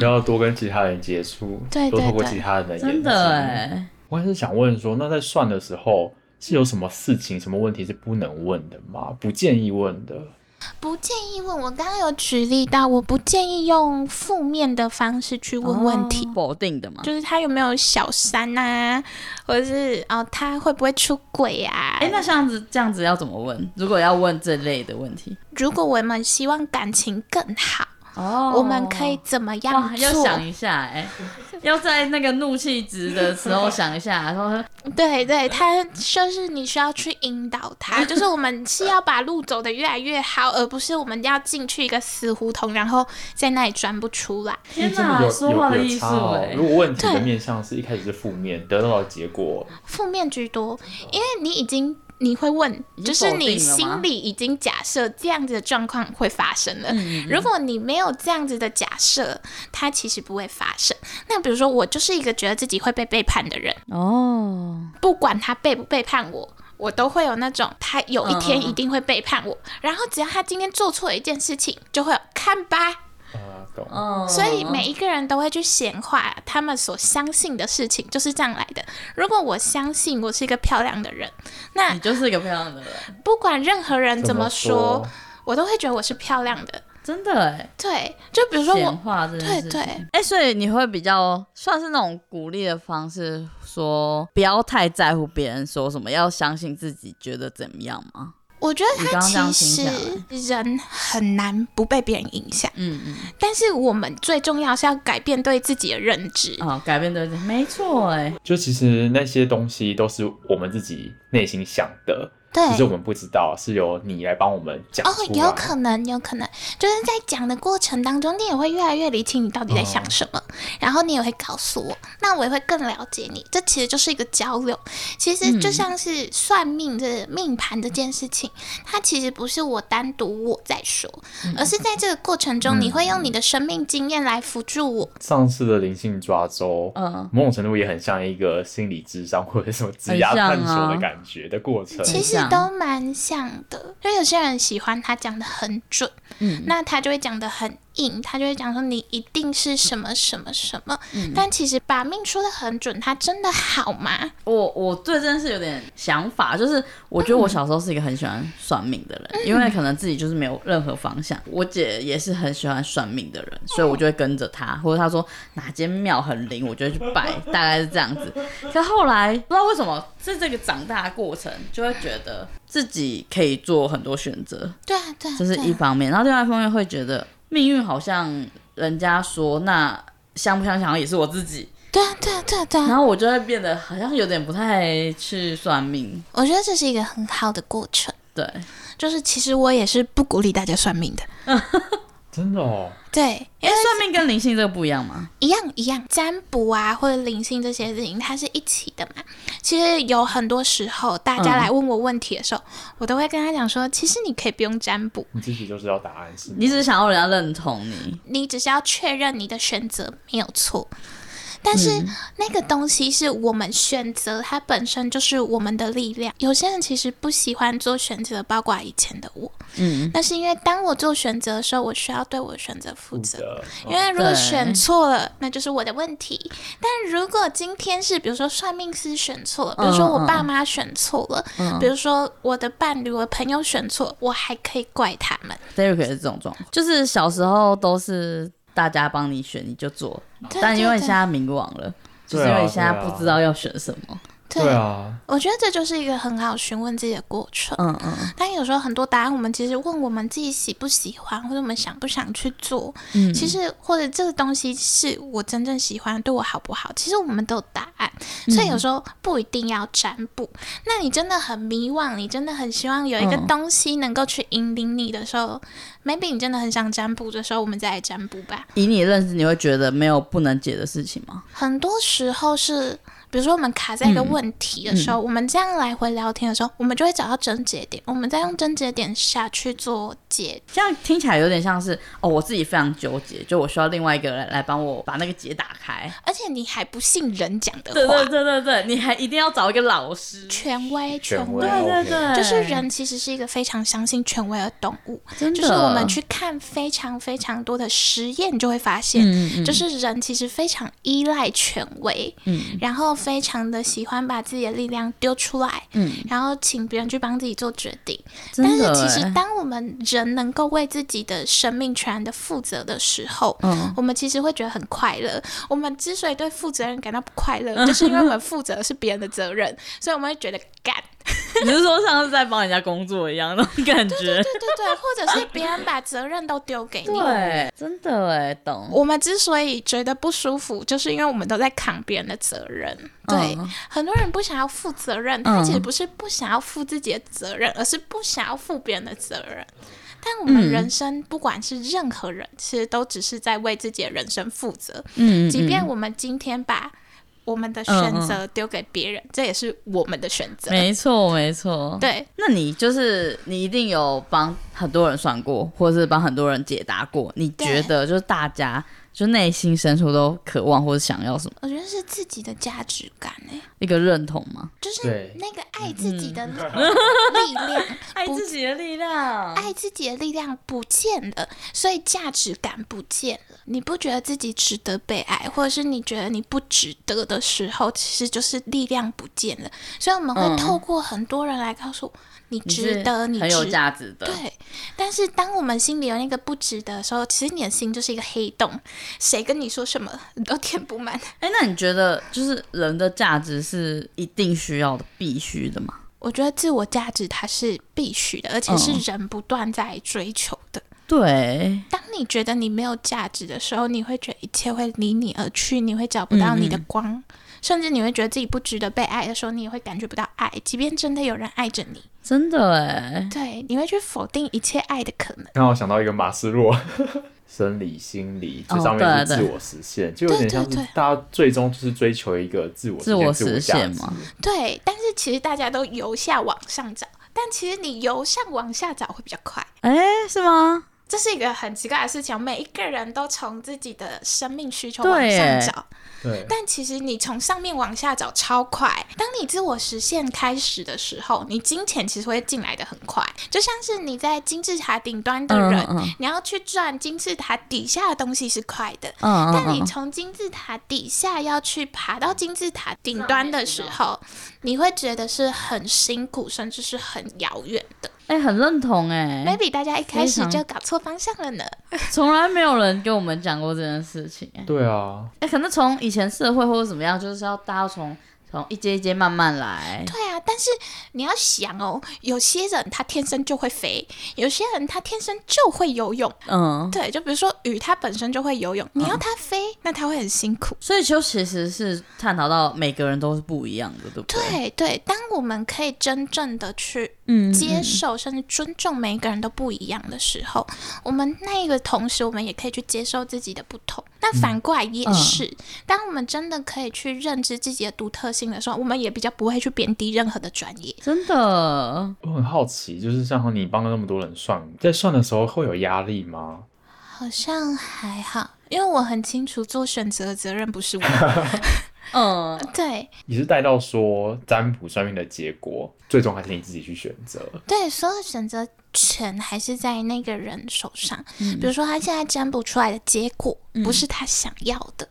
[SPEAKER 3] 要多跟其他人接触，
[SPEAKER 2] 对
[SPEAKER 3] 多
[SPEAKER 2] 对
[SPEAKER 3] 透过
[SPEAKER 2] 对欸
[SPEAKER 3] 其他人的眼睛。
[SPEAKER 1] 真的哎。
[SPEAKER 3] 我还是想问说，那在算的时候是有什么事情、什么问题是不能问的吗？不建议问的。
[SPEAKER 2] 不建议问，我刚刚有举例到，我不建议用负面的方式去问问题。
[SPEAKER 1] 哦否定的嘛。
[SPEAKER 2] 就是他有没有小三啊，或者是哦，他会不会出轨啊？
[SPEAKER 1] 哎、那这样子这样子要怎么问？如果要问这类的问题，
[SPEAKER 2] 如果我们希望感情更好，
[SPEAKER 1] 哦
[SPEAKER 2] 我们可以怎么样
[SPEAKER 1] 哇，要
[SPEAKER 2] 做？
[SPEAKER 1] 想一下哎、 要在那个怒气值的时候想一下，说
[SPEAKER 2] 对对，他就是你需要去引导他，就是我们是要把路走得越来越好，而不是我们要进去一个死胡同，然后在那里钻不出来。
[SPEAKER 1] 天
[SPEAKER 3] 真的
[SPEAKER 1] 哪，
[SPEAKER 3] 有
[SPEAKER 1] 说话的
[SPEAKER 3] 有
[SPEAKER 1] 艺
[SPEAKER 3] 有
[SPEAKER 1] 术
[SPEAKER 3] 差哦
[SPEAKER 1] 哎。
[SPEAKER 3] 如果问题的
[SPEAKER 2] 对
[SPEAKER 3] 面向是一开始是负面，得到的结果
[SPEAKER 2] 负面居多，因为你已经你会问，
[SPEAKER 1] 已经
[SPEAKER 2] 就是
[SPEAKER 1] 否定
[SPEAKER 2] 你
[SPEAKER 1] 了吗
[SPEAKER 2] 心里已经假设这样子的状况会发生
[SPEAKER 1] 嗯
[SPEAKER 2] 了。如果你没有这样子的假设，它其实不会发生。那比如说，我就是一个觉得自己会被背叛的人，
[SPEAKER 1] 哦，
[SPEAKER 2] 不管他背不背叛我。我都会有那种，他有一天
[SPEAKER 1] 嗯嗯嗯
[SPEAKER 2] 一定会背叛我。然后只要他今天做错了一件事情，就会有看吧。
[SPEAKER 3] 啊，懂。
[SPEAKER 1] 嗯，
[SPEAKER 2] 所以每一个人都会去显化他们所相信的事情，就是这样来的。如果我相信我是一个漂亮的人，那
[SPEAKER 1] 你就是一个漂亮的人，
[SPEAKER 2] 不管任何人
[SPEAKER 3] 怎
[SPEAKER 2] 怎么
[SPEAKER 3] 说
[SPEAKER 2] 说，？我都会觉得我是漂亮的。
[SPEAKER 1] 真的哎、
[SPEAKER 2] 对，就比如说
[SPEAKER 1] 显
[SPEAKER 2] 我，
[SPEAKER 1] 化这件
[SPEAKER 2] 对
[SPEAKER 1] 事情。
[SPEAKER 2] 对
[SPEAKER 1] 哎、所以你会比较算是那种鼓励的方式，说不要太在乎别人说什么，要相信自己觉得怎么样吗？
[SPEAKER 2] 我觉得
[SPEAKER 1] 你
[SPEAKER 2] 他
[SPEAKER 1] 刚刚这样
[SPEAKER 2] 其
[SPEAKER 1] 听下来
[SPEAKER 2] 实人很难不被别人影响，
[SPEAKER 1] 嗯嗯，
[SPEAKER 2] 但是我们最重要是要改变对自己的认知。
[SPEAKER 1] 哦，改变对自己，没错哎、
[SPEAKER 3] 就其实那些东西都是我们自己内心想的，
[SPEAKER 2] 对
[SPEAKER 1] 嗯
[SPEAKER 3] 只是我们不知道，是由你来帮我们讲
[SPEAKER 2] 哦，
[SPEAKER 3] 出来。
[SPEAKER 2] 有可能，有可能，就是在讲的过程当中，你也会越来越理清你到底在
[SPEAKER 3] 嗯
[SPEAKER 2] 想什么，然后你也会告诉我，那我也会更了解你。这其实就是一个交流，其实就
[SPEAKER 1] 嗯
[SPEAKER 2] 像是算命这命盘这件事情，它其实不是我单独我在说，
[SPEAKER 3] 嗯
[SPEAKER 2] 而是在这个过程中，你会用你的生命经验来辅助我。
[SPEAKER 3] 上次的灵性抓周，
[SPEAKER 1] 嗯，
[SPEAKER 3] 某种程度也很像一个心理智商或者什么职涯
[SPEAKER 1] 很像
[SPEAKER 3] 探
[SPEAKER 1] 啊
[SPEAKER 3] 索的感觉的过程。
[SPEAKER 2] 其实
[SPEAKER 1] 像
[SPEAKER 2] 都蛮像的，因为有些人喜欢他讲的很准，
[SPEAKER 1] 嗯
[SPEAKER 2] 那他就会讲的很硬，他就会讲说你一定是什么什么什么，
[SPEAKER 1] 嗯
[SPEAKER 2] 但其实把命说的很准，他真的好吗？
[SPEAKER 1] 我我对这件事有点想法，就是我觉得
[SPEAKER 2] 嗯
[SPEAKER 1] 我小时候是一个很喜欢算命的人，因为可能自己就是没有任何方向。我姐也是很喜欢算命的人，所以我就会跟着她，或者她说哪间庙很灵，我就会去拜，大概是这样子。可后来不知道为什么，在这个长大的过程，就会觉得自己可以做很多选择，
[SPEAKER 2] 对啊，对啊，
[SPEAKER 1] 这是
[SPEAKER 2] 对啊
[SPEAKER 1] 一方面，然后另外一方面会觉得命运好像人家说那相不相想也是我自己，
[SPEAKER 2] 对啊，对啊，对啊，对
[SPEAKER 1] 然
[SPEAKER 2] 啊，
[SPEAKER 1] 后我就会变得好像有点不太去算命，
[SPEAKER 2] 我觉得这是一个很好的过程，
[SPEAKER 1] 对，
[SPEAKER 2] 就是其实我也是不鼓励大家算命的，
[SPEAKER 3] 真的哦，
[SPEAKER 2] 对，
[SPEAKER 1] 因
[SPEAKER 2] 因为
[SPEAKER 1] 为算命跟灵性这个不一样嘛，
[SPEAKER 2] 一样一样，占卜啊或者灵性这些事情，它是一起的嘛。其实有很多时候，大家
[SPEAKER 1] 嗯
[SPEAKER 2] 来问我问题的时候，我都会跟他讲说，其实你可以不用占卜，
[SPEAKER 3] 你自己就知道答案是吗
[SPEAKER 1] 你只是想要人家认同你，
[SPEAKER 2] 你只是要确认你的选择没有错。但是那个东西是我们选择，它本身就是我们的力量。有些人其实不喜欢做选择，包括以前的我。
[SPEAKER 1] 嗯，
[SPEAKER 2] 那是因为当我做选择的时候，我需要对我的选择负
[SPEAKER 3] 负
[SPEAKER 2] 责。
[SPEAKER 3] 责。哦
[SPEAKER 2] 因为如果
[SPEAKER 1] 对
[SPEAKER 2] 选错了，那就是我的问题。但如果今天是比如说算命师选错了，比如说我爸妈选错了，
[SPEAKER 1] 嗯
[SPEAKER 2] 比如说我的伴侣、我的朋友选错，我还可以怪他们。
[SPEAKER 1] Derek 也是这种状况，就是小时候都是大家帮你选你就做，
[SPEAKER 2] 对
[SPEAKER 1] 但因为
[SPEAKER 2] 对
[SPEAKER 1] 你现在迷惘了，就
[SPEAKER 3] 对
[SPEAKER 1] 是
[SPEAKER 3] 啊
[SPEAKER 1] 因为你现在
[SPEAKER 3] 对啊
[SPEAKER 1] 不知道要选什么，
[SPEAKER 2] 对
[SPEAKER 3] 对啊，
[SPEAKER 2] 我觉得这就是一个很好询问自己的过程。
[SPEAKER 1] 嗯嗯
[SPEAKER 2] 但有时候很多答案，我们其实问我们自己喜不喜欢，或者我们想不想去做，
[SPEAKER 1] 嗯，
[SPEAKER 2] 其实或者这个东西是我真正喜欢，对我好不好？其实我们都有答案，
[SPEAKER 1] 嗯
[SPEAKER 2] 所以有时候不一定要占卜。那你真的很迷惘，你真的很希望有一个
[SPEAKER 1] 嗯
[SPEAKER 2] 东西能够去引领你的时候、m a y b e 你真的很想占卜的时候，我们再来占卜吧。
[SPEAKER 1] 以你的认识，你会觉得没有不能解的事情吗？
[SPEAKER 2] 很多时候是，比如说我们卡在一个
[SPEAKER 1] 嗯
[SPEAKER 2] 问题的时候，我们这样来回聊天的时候，我们就会找到症结点，我们再用症结点下去做解。
[SPEAKER 1] 这样听起来有点像是哦，我自己非常纠结，就我需要另外一个人来来帮我把那个结打开。
[SPEAKER 2] 而且你还不信人讲的话，
[SPEAKER 1] 对对对对对，你还一定要找一个老师。
[SPEAKER 2] 权威，
[SPEAKER 3] 权
[SPEAKER 2] 权
[SPEAKER 3] 威
[SPEAKER 2] 威。
[SPEAKER 1] 对对
[SPEAKER 3] OK
[SPEAKER 1] 对，
[SPEAKER 2] 就是，人其实是一个非常相信权威的动物，
[SPEAKER 1] 真的
[SPEAKER 2] 就是我们去看非常非常多的实验，就会发现，
[SPEAKER 1] 嗯嗯
[SPEAKER 2] 就是人其实非常依赖权威，
[SPEAKER 1] 嗯
[SPEAKER 2] 然后非常的喜欢把自己的力量丢出来，
[SPEAKER 1] 嗯，
[SPEAKER 2] 然后请别人去帮自己做决定。但
[SPEAKER 1] 真
[SPEAKER 2] 是
[SPEAKER 1] 的
[SPEAKER 2] 其实
[SPEAKER 1] 欸，
[SPEAKER 2] 当我们人能够为自己的生命全然的负责的时候，
[SPEAKER 1] 嗯
[SPEAKER 2] 我们其实会觉得很快乐。我们之所以对负责任感到不快
[SPEAKER 1] 嗯
[SPEAKER 2] 乐，就是因为我们负责的是别人的责任，所以我们会觉得干。
[SPEAKER 1] 你是说像是在帮人家工作一样那种感觉？
[SPEAKER 2] 对对对，或者是别人把责任都丢给你。
[SPEAKER 1] 对，真的哎，懂。
[SPEAKER 2] 我们之所以觉得不舒服，就是因为我们都在扛别人的责任。对，
[SPEAKER 1] 嗯
[SPEAKER 2] 很多人不想要负责任，他其实不是不想要负自己的责任，而是不想要负别人的责任。但我们
[SPEAKER 1] 嗯
[SPEAKER 2] 人生，不管是任何人，其实都只是在为自己的人生负责。
[SPEAKER 1] 嗯
[SPEAKER 2] 即便我们今天把我们的选择丢给别人，这也是我们的选择。
[SPEAKER 1] 没错没错。
[SPEAKER 2] 对，
[SPEAKER 1] 那你就是你一定有帮很多人算过，或者是帮很多人解答过。你觉得就是大家就内心深处都渴望或者想要什么
[SPEAKER 2] 我觉得是自己的价值感诶、
[SPEAKER 1] 一个认同吗？
[SPEAKER 2] 就是
[SPEAKER 3] 对
[SPEAKER 2] 那个爱自己的
[SPEAKER 1] 嗯
[SPEAKER 2] 力力 量，
[SPEAKER 1] 爱
[SPEAKER 2] 不
[SPEAKER 1] 自己的力量，
[SPEAKER 2] 爱自己的力量不见了，所以价值感不见了。你不觉得自己值得被爱，或者是你觉得你不值得的时候，其实就是力量不见了。所以我们
[SPEAKER 1] 嗯
[SPEAKER 2] 会透过很多人来告诉我你
[SPEAKER 1] 你是
[SPEAKER 2] 值得，你
[SPEAKER 1] 很有
[SPEAKER 2] 值得。
[SPEAKER 1] 价值的。
[SPEAKER 2] 对，但是当我们心里有那个不值得的时候，其实你的心就是一个黑洞，谁跟你说什么你都填不满。
[SPEAKER 1] 哎、那你觉得就是人的价值是一定需要的、必须的吗？
[SPEAKER 2] 我觉得自我价值它是必须的，而且是
[SPEAKER 1] 嗯
[SPEAKER 2] 人不断在追求的。
[SPEAKER 1] 对，
[SPEAKER 2] 当你觉得你没有价值的时候，你会觉得一切会离你而去，你会找不到你的光，甚至你会觉得自己不值得被爱的时候，你也会感觉不到爱，即便真的有人爱着你，
[SPEAKER 1] 真的欸哎，
[SPEAKER 2] 对，你会去否定一切爱的可能。
[SPEAKER 3] 刚好想到一个马斯洛， 生理、心理
[SPEAKER 1] 哦
[SPEAKER 3] 这上面
[SPEAKER 1] 对
[SPEAKER 3] 是自
[SPEAKER 1] 对
[SPEAKER 3] 我实现，就有点像
[SPEAKER 2] 对对
[SPEAKER 3] 是
[SPEAKER 2] 对
[SPEAKER 3] 大家最终就是追求一个自我
[SPEAKER 1] 自我
[SPEAKER 3] 自我
[SPEAKER 1] 实
[SPEAKER 3] 价
[SPEAKER 1] 现
[SPEAKER 3] 值
[SPEAKER 1] 嘛。
[SPEAKER 2] 对，但是其实大家都由下往上找，但其实你由上往下找会比较快。
[SPEAKER 1] 哎、是吗？
[SPEAKER 2] 这是一个很奇怪的事情，每一个人都从自己的生命需求
[SPEAKER 1] 对
[SPEAKER 2] 往上
[SPEAKER 1] 耶
[SPEAKER 2] 找，
[SPEAKER 3] 对，
[SPEAKER 2] 但其实你从上面往下找超快。当你自我实现开始的时候，你金钱其实会进来的很快，就像是你在金字塔顶端的人，
[SPEAKER 1] 嗯嗯嗯
[SPEAKER 2] 你要去赚金字塔底下的东西是快的。
[SPEAKER 1] 嗯
[SPEAKER 2] 但
[SPEAKER 1] 嗯
[SPEAKER 2] 你
[SPEAKER 1] 嗯，
[SPEAKER 2] 从金字塔底下要去爬到金字塔顶端的时候，你会觉得是很辛苦，甚至是很遥远的。
[SPEAKER 1] 哎、很认同哎、
[SPEAKER 2] maybe 大家一开始
[SPEAKER 1] 非常
[SPEAKER 2] 就搞错方向了呢。
[SPEAKER 1] 从来没有人跟我们讲过这件事情哎、
[SPEAKER 3] 对啊，
[SPEAKER 1] 哎、可能从以前社会或者怎么样，就是要大家从从一阶一阶慢慢来，
[SPEAKER 2] 对啊，但是你要想哦，有些人他天生就会飞，有些人他天生就会游泳。
[SPEAKER 1] 嗯，
[SPEAKER 2] 对，就比如说鱼，它本身就会游泳，你要它飞，那它会很辛苦。
[SPEAKER 1] 所以就其实是探讨到每个人都是不一样的，对不对？
[SPEAKER 2] 对对，当我们可以真正的去
[SPEAKER 1] 嗯
[SPEAKER 2] 接受，甚至尊重每一个人都不一样的时候，我们那个同时，我们也可以去接受自己的不同。那反过来也
[SPEAKER 1] 嗯
[SPEAKER 2] 是，当我们真的可以去认知自己的独特性的时候，我们也比较不会去贬低任何的专业。
[SPEAKER 1] 真的，
[SPEAKER 3] 我很好奇，就是像你帮了那么多人算，在算的时候会有压力吗？
[SPEAKER 2] 好像还好，因为我很清楚做选择的责任不是我。
[SPEAKER 1] 嗯，
[SPEAKER 2] 对
[SPEAKER 3] 你是带到说占卜算命的结果，最终还是你自己去选择。
[SPEAKER 2] 对，所有选择权还是在那个人手上。比如说，他现在占卜出来的结果不是他想要的，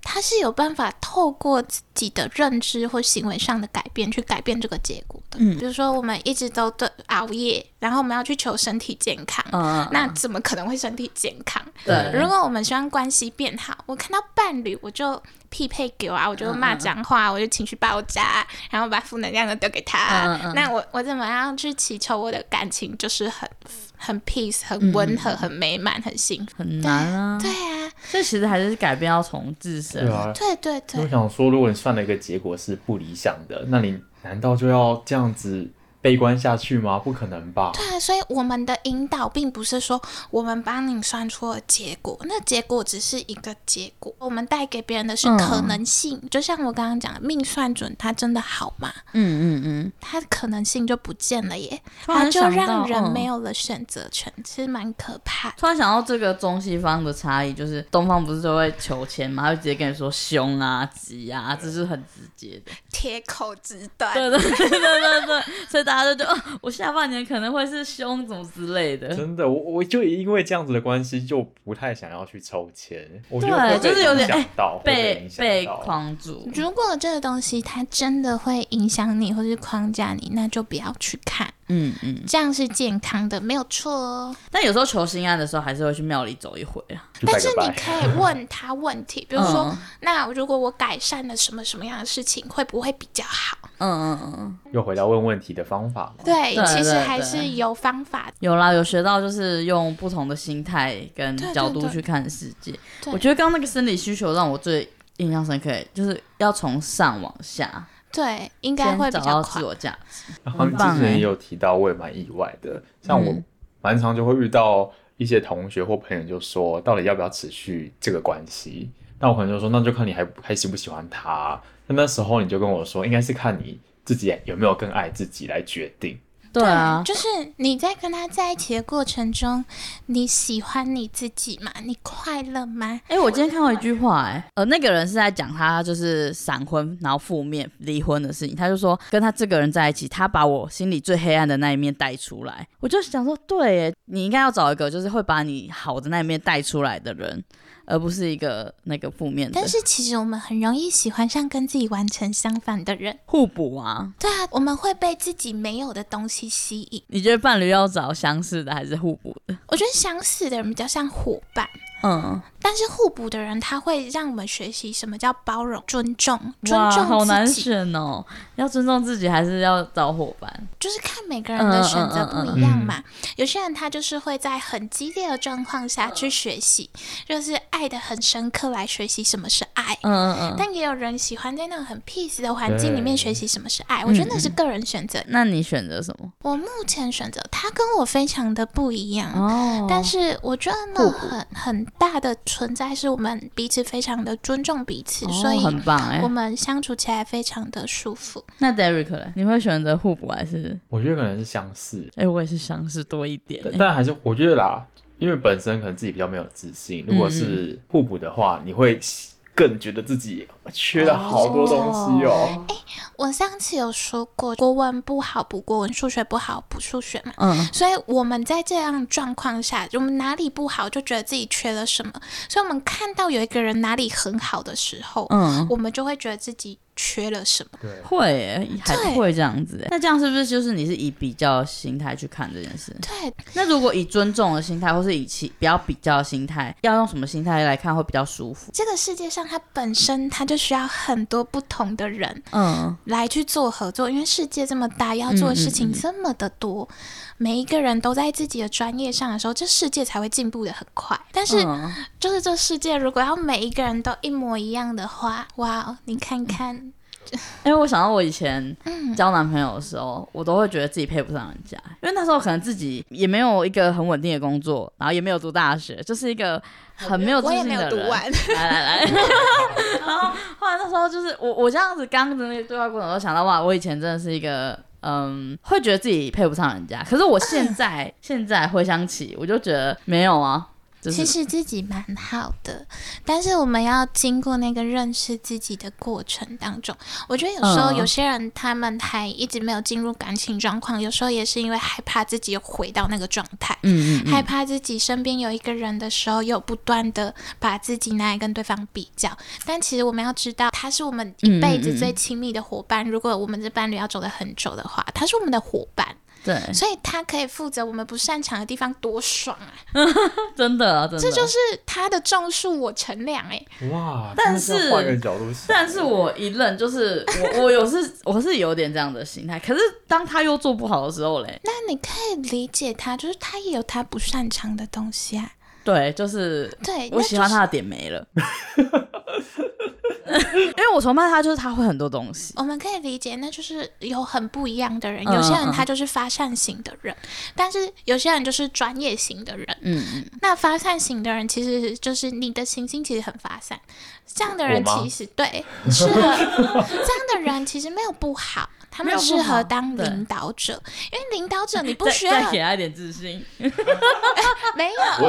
[SPEAKER 2] 他是有办法透过自己的认知或行为上的改变去改变这个结果的。
[SPEAKER 1] 嗯
[SPEAKER 2] 比如说，我们一直都对熬夜，然后我们要去求身体健康。
[SPEAKER 1] 嗯，
[SPEAKER 2] 那怎么可能会身体健康？
[SPEAKER 1] 对
[SPEAKER 2] 如果我们希望关系变好，我看到伴侣我就匹配给我啊，我
[SPEAKER 1] 嗯
[SPEAKER 2] 就骂脏话，我就情绪爆炸，然后把负能量都丢给他。
[SPEAKER 1] 嗯嗯
[SPEAKER 2] 那我我怎么样去祈求我的感情就是很很 peace、很
[SPEAKER 1] 嗯
[SPEAKER 2] 温和、很美满、很幸福？
[SPEAKER 1] 很难啊。
[SPEAKER 2] 对啊，
[SPEAKER 1] 所以其实还是改变要从自身
[SPEAKER 3] 对，啊，
[SPEAKER 2] 对对
[SPEAKER 1] 嗯
[SPEAKER 3] 因为我
[SPEAKER 2] 对。
[SPEAKER 3] 想说，如果你算的一个结果是不理想的，那你难道就要这样子悲观下去吗？不可能吧？
[SPEAKER 2] 对啊，所以我们的引导并不是说我们帮你算出了结果，那结果只是一个结果。我们带给别人的是
[SPEAKER 1] 嗯
[SPEAKER 2] 可能性，就像我刚刚讲的，命算准它真的好吗？
[SPEAKER 1] 嗯嗯嗯，
[SPEAKER 2] 它可能性就不见了耶，
[SPEAKER 1] 突
[SPEAKER 2] 它
[SPEAKER 1] 然
[SPEAKER 2] 就
[SPEAKER 1] 想
[SPEAKER 2] 让
[SPEAKER 1] 到
[SPEAKER 2] 人
[SPEAKER 1] 嗯
[SPEAKER 2] 没有了选择权，其实蛮可怕的。
[SPEAKER 1] 突然想到这个中西方的差异，就是东方不是都会求签嘛，他会直接跟你说凶啊、急啊，这是很直接的。
[SPEAKER 2] 铁口直断
[SPEAKER 1] 对对对对对对，所以大家都觉得、哦、我下半年可能会是凶怎么之类的。
[SPEAKER 3] 真的，我我就因为这样子的关系，就不太想要去抽签。我觉得
[SPEAKER 1] 对就
[SPEAKER 3] 会被
[SPEAKER 1] 是有点
[SPEAKER 3] 影响到，会被
[SPEAKER 1] 被
[SPEAKER 3] 影响
[SPEAKER 1] 被
[SPEAKER 3] 到
[SPEAKER 1] 框住，
[SPEAKER 2] 如果这个东西它真的会影响你或是框架你，那就不要去看，
[SPEAKER 1] 嗯嗯。
[SPEAKER 2] 这样是健康的，没有错哦。
[SPEAKER 1] 但有时候求心安的时候，还是会去庙里走一回啊。
[SPEAKER 3] 就
[SPEAKER 2] 但
[SPEAKER 3] 拜
[SPEAKER 2] 是
[SPEAKER 3] 个
[SPEAKER 2] 你
[SPEAKER 3] 拜。
[SPEAKER 2] 可以问他问 题，比如说，
[SPEAKER 1] 嗯
[SPEAKER 2] 那如果我改善了什么什么样的事情，会不会比较好？
[SPEAKER 1] 嗯嗯嗯，
[SPEAKER 3] 又回到问问题的方法嘛。
[SPEAKER 2] 对，
[SPEAKER 1] 对
[SPEAKER 2] 其实
[SPEAKER 1] 对
[SPEAKER 2] 还
[SPEAKER 1] 对
[SPEAKER 2] 是有方法。
[SPEAKER 1] 有啦，有学到就是用不同的心态跟
[SPEAKER 2] 对对
[SPEAKER 1] 角度
[SPEAKER 2] 对
[SPEAKER 1] 去看世界。
[SPEAKER 2] 对
[SPEAKER 1] 我觉得刚刚那个生理需求让我最印象深刻，就是要从上往下，
[SPEAKER 2] 对，应该
[SPEAKER 1] 先
[SPEAKER 2] 会比
[SPEAKER 1] 找
[SPEAKER 2] 较
[SPEAKER 1] 到
[SPEAKER 2] 快
[SPEAKER 1] 自。我价值。
[SPEAKER 3] 然后
[SPEAKER 1] 很棒
[SPEAKER 3] 之前
[SPEAKER 1] 欸
[SPEAKER 3] 也有提到，我也蛮意外的。像我
[SPEAKER 1] 嗯
[SPEAKER 3] 蛮常就会遇到一些同学或朋友就说，到底要不要持续这个关系？那我可能就说，那就看你还还喜不喜欢他。那那时候你就跟我说，应该是看你自己有没有更爱自己来决定。
[SPEAKER 1] 对啊，
[SPEAKER 2] 就是你在跟他在一起的过程中，你喜欢你自己吗？你快乐吗？
[SPEAKER 1] 哎、我今天看到一句话、哎，呃，那个人是在讲他就是闪婚，然后负面离婚的事情。他就说跟他这个人在一起，他把我心里最黑暗的那一面带出来。我就想说，对，哎，你应该要找一个就是会把你好的那一面带出来的人，而不是一个那个负面的
[SPEAKER 2] 但是其实我们很容易喜欢上跟自己完全相反的人。
[SPEAKER 1] 互补啊。
[SPEAKER 2] 对啊，我们会被自己没有的东西吸引。
[SPEAKER 1] 你觉得伴侣要找相似的还是互补的？
[SPEAKER 2] 我觉得相似的人比较像伙伴，
[SPEAKER 1] 嗯，
[SPEAKER 2] 但是互补的人，他会让我们学习什么叫包容、尊重、尊
[SPEAKER 1] 哇，好
[SPEAKER 2] 重
[SPEAKER 1] 难
[SPEAKER 2] 自己，
[SPEAKER 1] 选哦，要尊重自己还是要找伙伴？
[SPEAKER 2] 就是看每个人
[SPEAKER 1] 嗯
[SPEAKER 2] 的选择不一样嘛。有些人他就是会在很激烈的状况下去学习，就是爱的很深刻来学习什么是爱。
[SPEAKER 1] 嗯嗯嗯。
[SPEAKER 2] 但也有人喜欢在那种很 peace 的环境里面
[SPEAKER 3] 对
[SPEAKER 2] 学习什么是爱，我觉得那
[SPEAKER 1] 嗯
[SPEAKER 2] 是个人选择。
[SPEAKER 1] 那你选择什么？
[SPEAKER 2] 我目前选择他跟我非常的不一样，
[SPEAKER 1] 哦
[SPEAKER 2] 但是我觉得那很很大的存在是我们彼此非常的尊重彼此，
[SPEAKER 1] 哦
[SPEAKER 2] 所以
[SPEAKER 1] 很棒哎、
[SPEAKER 2] 我们相处起来非常的舒服。
[SPEAKER 1] 那 Derek 嘞，你会选择互补还是？
[SPEAKER 3] 我觉得可能是相似，
[SPEAKER 1] 哎、我也是相似多一点、
[SPEAKER 3] 但
[SPEAKER 1] 欸。
[SPEAKER 3] 但还是我觉得啦，因为本身可能自己比较没有自信，如果
[SPEAKER 1] 嗯
[SPEAKER 3] 是互补的话，你会更觉得自己缺
[SPEAKER 1] 哦
[SPEAKER 3] 了好多东西哦。
[SPEAKER 2] 我上次有说过，国文不好补国文，数学不好补数学嘛。
[SPEAKER 1] 嗯，
[SPEAKER 2] 所以我们在这样状况下，我们哪里不好就觉得自己缺了什么，所以我们看到有一个人哪里很好的时候，
[SPEAKER 1] 嗯
[SPEAKER 2] 我们就会觉得自己缺了什么。
[SPEAKER 3] 对，
[SPEAKER 1] 会、欸，还
[SPEAKER 2] 对
[SPEAKER 1] 会这样子、欸。那这样是不是就是你是以比较心态去看这件事？
[SPEAKER 2] 对，
[SPEAKER 1] 那如果以尊重的心态，或是以其不要比较的心态，要用什么心态来看会比较舒服？
[SPEAKER 2] 这个世界上它本身它就需要很多不同的人
[SPEAKER 1] 嗯，
[SPEAKER 2] 来去做合作，因为世界这么大，要做的事情这么的多，每一个人都在自己的专业上的时候，这世界才会进步的很快。但是，
[SPEAKER 1] 嗯
[SPEAKER 2] 就是这世界如果要每一个人都一模一样的话，哇哦，你
[SPEAKER 1] 嗯
[SPEAKER 2] 看看，
[SPEAKER 1] 因为哎我想到我以前交男朋友的时候，我都会觉得自己配不上人家，因为那时候可能自己也没有一个很稳定的工作，然后也没有读大学，就是一个很没有自
[SPEAKER 2] 我也
[SPEAKER 1] 信
[SPEAKER 2] 没
[SPEAKER 1] 的人。
[SPEAKER 2] 有读完，
[SPEAKER 1] 来来 来，然后后来那时候就是我我这样子刚的那个对话过程中想到哇，我以前真的是一个嗯，会觉得自己配不上人家，可是我现在、 现在回想起，我就觉得没有啊，就是
[SPEAKER 2] 其实自己蛮好的，但是我们要经过那个认识自己的过程当中，我觉得有时候
[SPEAKER 1] 嗯
[SPEAKER 2] 有些人他们还一直没有进入感情状况，有时候也是因为害怕自己又回到那个状态。
[SPEAKER 1] 嗯嗯嗯
[SPEAKER 2] 害怕自己身边有一个人的时候，又不断的把自己拿来跟对方比较，但其实我们要知道，他是我们一辈
[SPEAKER 1] 嗯嗯
[SPEAKER 2] 子
[SPEAKER 1] 嗯
[SPEAKER 2] 最亲密的伙伴。如果我们这伴侣要走得很久的话，他是我们的伙伴，
[SPEAKER 1] 对，
[SPEAKER 2] 所以他可以负责我们不擅长的地方，多爽啊！
[SPEAKER 1] 嗯真的啊真的，
[SPEAKER 2] 这就是他的种树，我乘凉哎、
[SPEAKER 3] 哇，
[SPEAKER 1] 但
[SPEAKER 3] 真的要
[SPEAKER 1] 是
[SPEAKER 3] 换个角度想，
[SPEAKER 1] 但是我一愣，就是我 我有是我是有点这样的心态，可是当他又做不好的时候嘞，
[SPEAKER 2] 那你可以理解他，就是他也有他不擅长的东西啊。
[SPEAKER 1] 对，就是
[SPEAKER 2] 对，
[SPEAKER 1] 我
[SPEAKER 2] 那
[SPEAKER 1] 喜
[SPEAKER 2] 就
[SPEAKER 1] 欢
[SPEAKER 2] 是
[SPEAKER 1] 他的点没 了， 因为我崇拜他就是他会很多东西，
[SPEAKER 2] 我们可以理解，那就是有很不一样的人，
[SPEAKER 1] 嗯
[SPEAKER 2] 有些
[SPEAKER 1] 嗯
[SPEAKER 2] 人他就是发散型的人，但是有些人就是专业型的人。
[SPEAKER 1] 嗯嗯，
[SPEAKER 2] 那发散型的人其实就是你的行星其实很发散，这样的人
[SPEAKER 3] 我吗
[SPEAKER 2] 其实对适合这样的人其实没有不好，他
[SPEAKER 1] 没有
[SPEAKER 2] 们
[SPEAKER 1] 不
[SPEAKER 2] 适
[SPEAKER 1] 好
[SPEAKER 2] 合当
[SPEAKER 1] 对
[SPEAKER 2] 领导者，因为领导者你不
[SPEAKER 1] 再
[SPEAKER 2] 需要
[SPEAKER 1] 再给他一点自信，
[SPEAKER 2] 没有。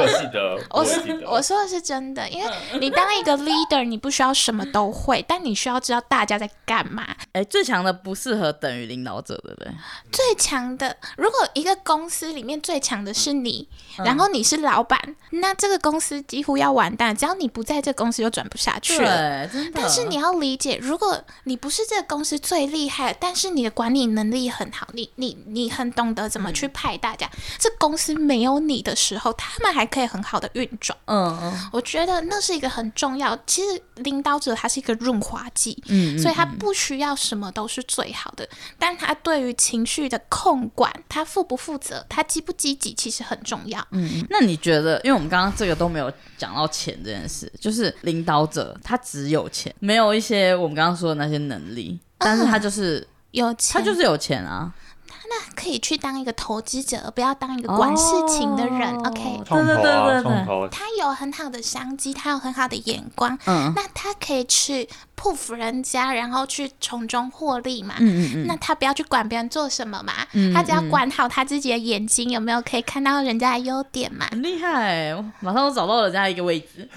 [SPEAKER 3] 我有记得，
[SPEAKER 2] 我
[SPEAKER 3] 有
[SPEAKER 2] 是
[SPEAKER 3] 记得，
[SPEAKER 2] 我说的是真的，因为你当一个 leader，你不需要什么都会，但你需要知道大家在干嘛。
[SPEAKER 1] 哎、最强的不适合等于领导者，对不对？
[SPEAKER 2] 最强的，如果一个公司里面最强的是你，然后你是老板，那这个公司几乎要完蛋。只要你不在这公司，就转不下去了。
[SPEAKER 1] 对，真的。
[SPEAKER 2] 但是你要理解，如果你不是这个公司最厉害，但是你的管理能力很好，你你你很懂得怎么去派大家，这公司没有你的时候，他们还可以很好的运转。
[SPEAKER 1] 嗯嗯
[SPEAKER 2] 我觉得那是一个很重要。其实领导者他是一个润滑剂，
[SPEAKER 1] 嗯，
[SPEAKER 2] 所以他不需要什么都是最好的，但他对于情绪的控管，他负不负责，他积不积极，其实很重要。
[SPEAKER 1] 嗯那你觉得，因为我们刚刚这个都没有讲到钱这件事，就是领导者他只有钱，没有一些我们刚刚说的那些能力，
[SPEAKER 2] 嗯
[SPEAKER 1] 但是他就是、
[SPEAKER 2] 有钱，
[SPEAKER 1] 他就是有钱啊，
[SPEAKER 2] 那可以去当一个投资者，不要当一个管事情的人。
[SPEAKER 1] 哦
[SPEAKER 2] OK，
[SPEAKER 3] 创投啊，
[SPEAKER 1] 对对对对对
[SPEAKER 3] 创投，
[SPEAKER 2] 他有很好的商机，他有很好的眼光，
[SPEAKER 1] 嗯
[SPEAKER 2] 那他可以去破服人家，然后去从中获利嘛。
[SPEAKER 1] 嗯嗯嗯，嗯
[SPEAKER 2] 那他不要去管别人做什么嘛，他只要管好他自己的眼睛有没有可以看到人家的优点嘛，
[SPEAKER 1] 很厉害，我马上我找到了这样一个位置，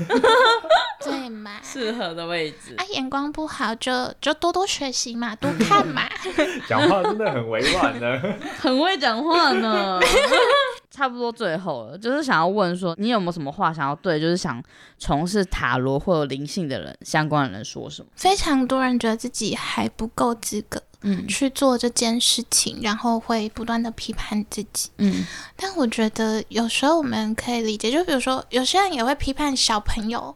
[SPEAKER 2] 对嘛？
[SPEAKER 1] 适合的位置
[SPEAKER 2] 啊。，眼光不好就就多多学习嘛，多看嘛。
[SPEAKER 1] 嗯
[SPEAKER 3] 讲话真的很委婉呢。
[SPEAKER 1] 很会讲话呢。 差不多最后了，就是想要问说，你有没有什么话想要对，就是想从事塔罗或者灵性的人相关的人说什么？
[SPEAKER 2] 非常多人觉得自己还不够资格，
[SPEAKER 1] 嗯
[SPEAKER 2] 去做这件事情，然后会不断的批判自己。
[SPEAKER 1] 嗯
[SPEAKER 2] 但我觉得有时候我们可以理解，就比如说有些人也会批判小朋友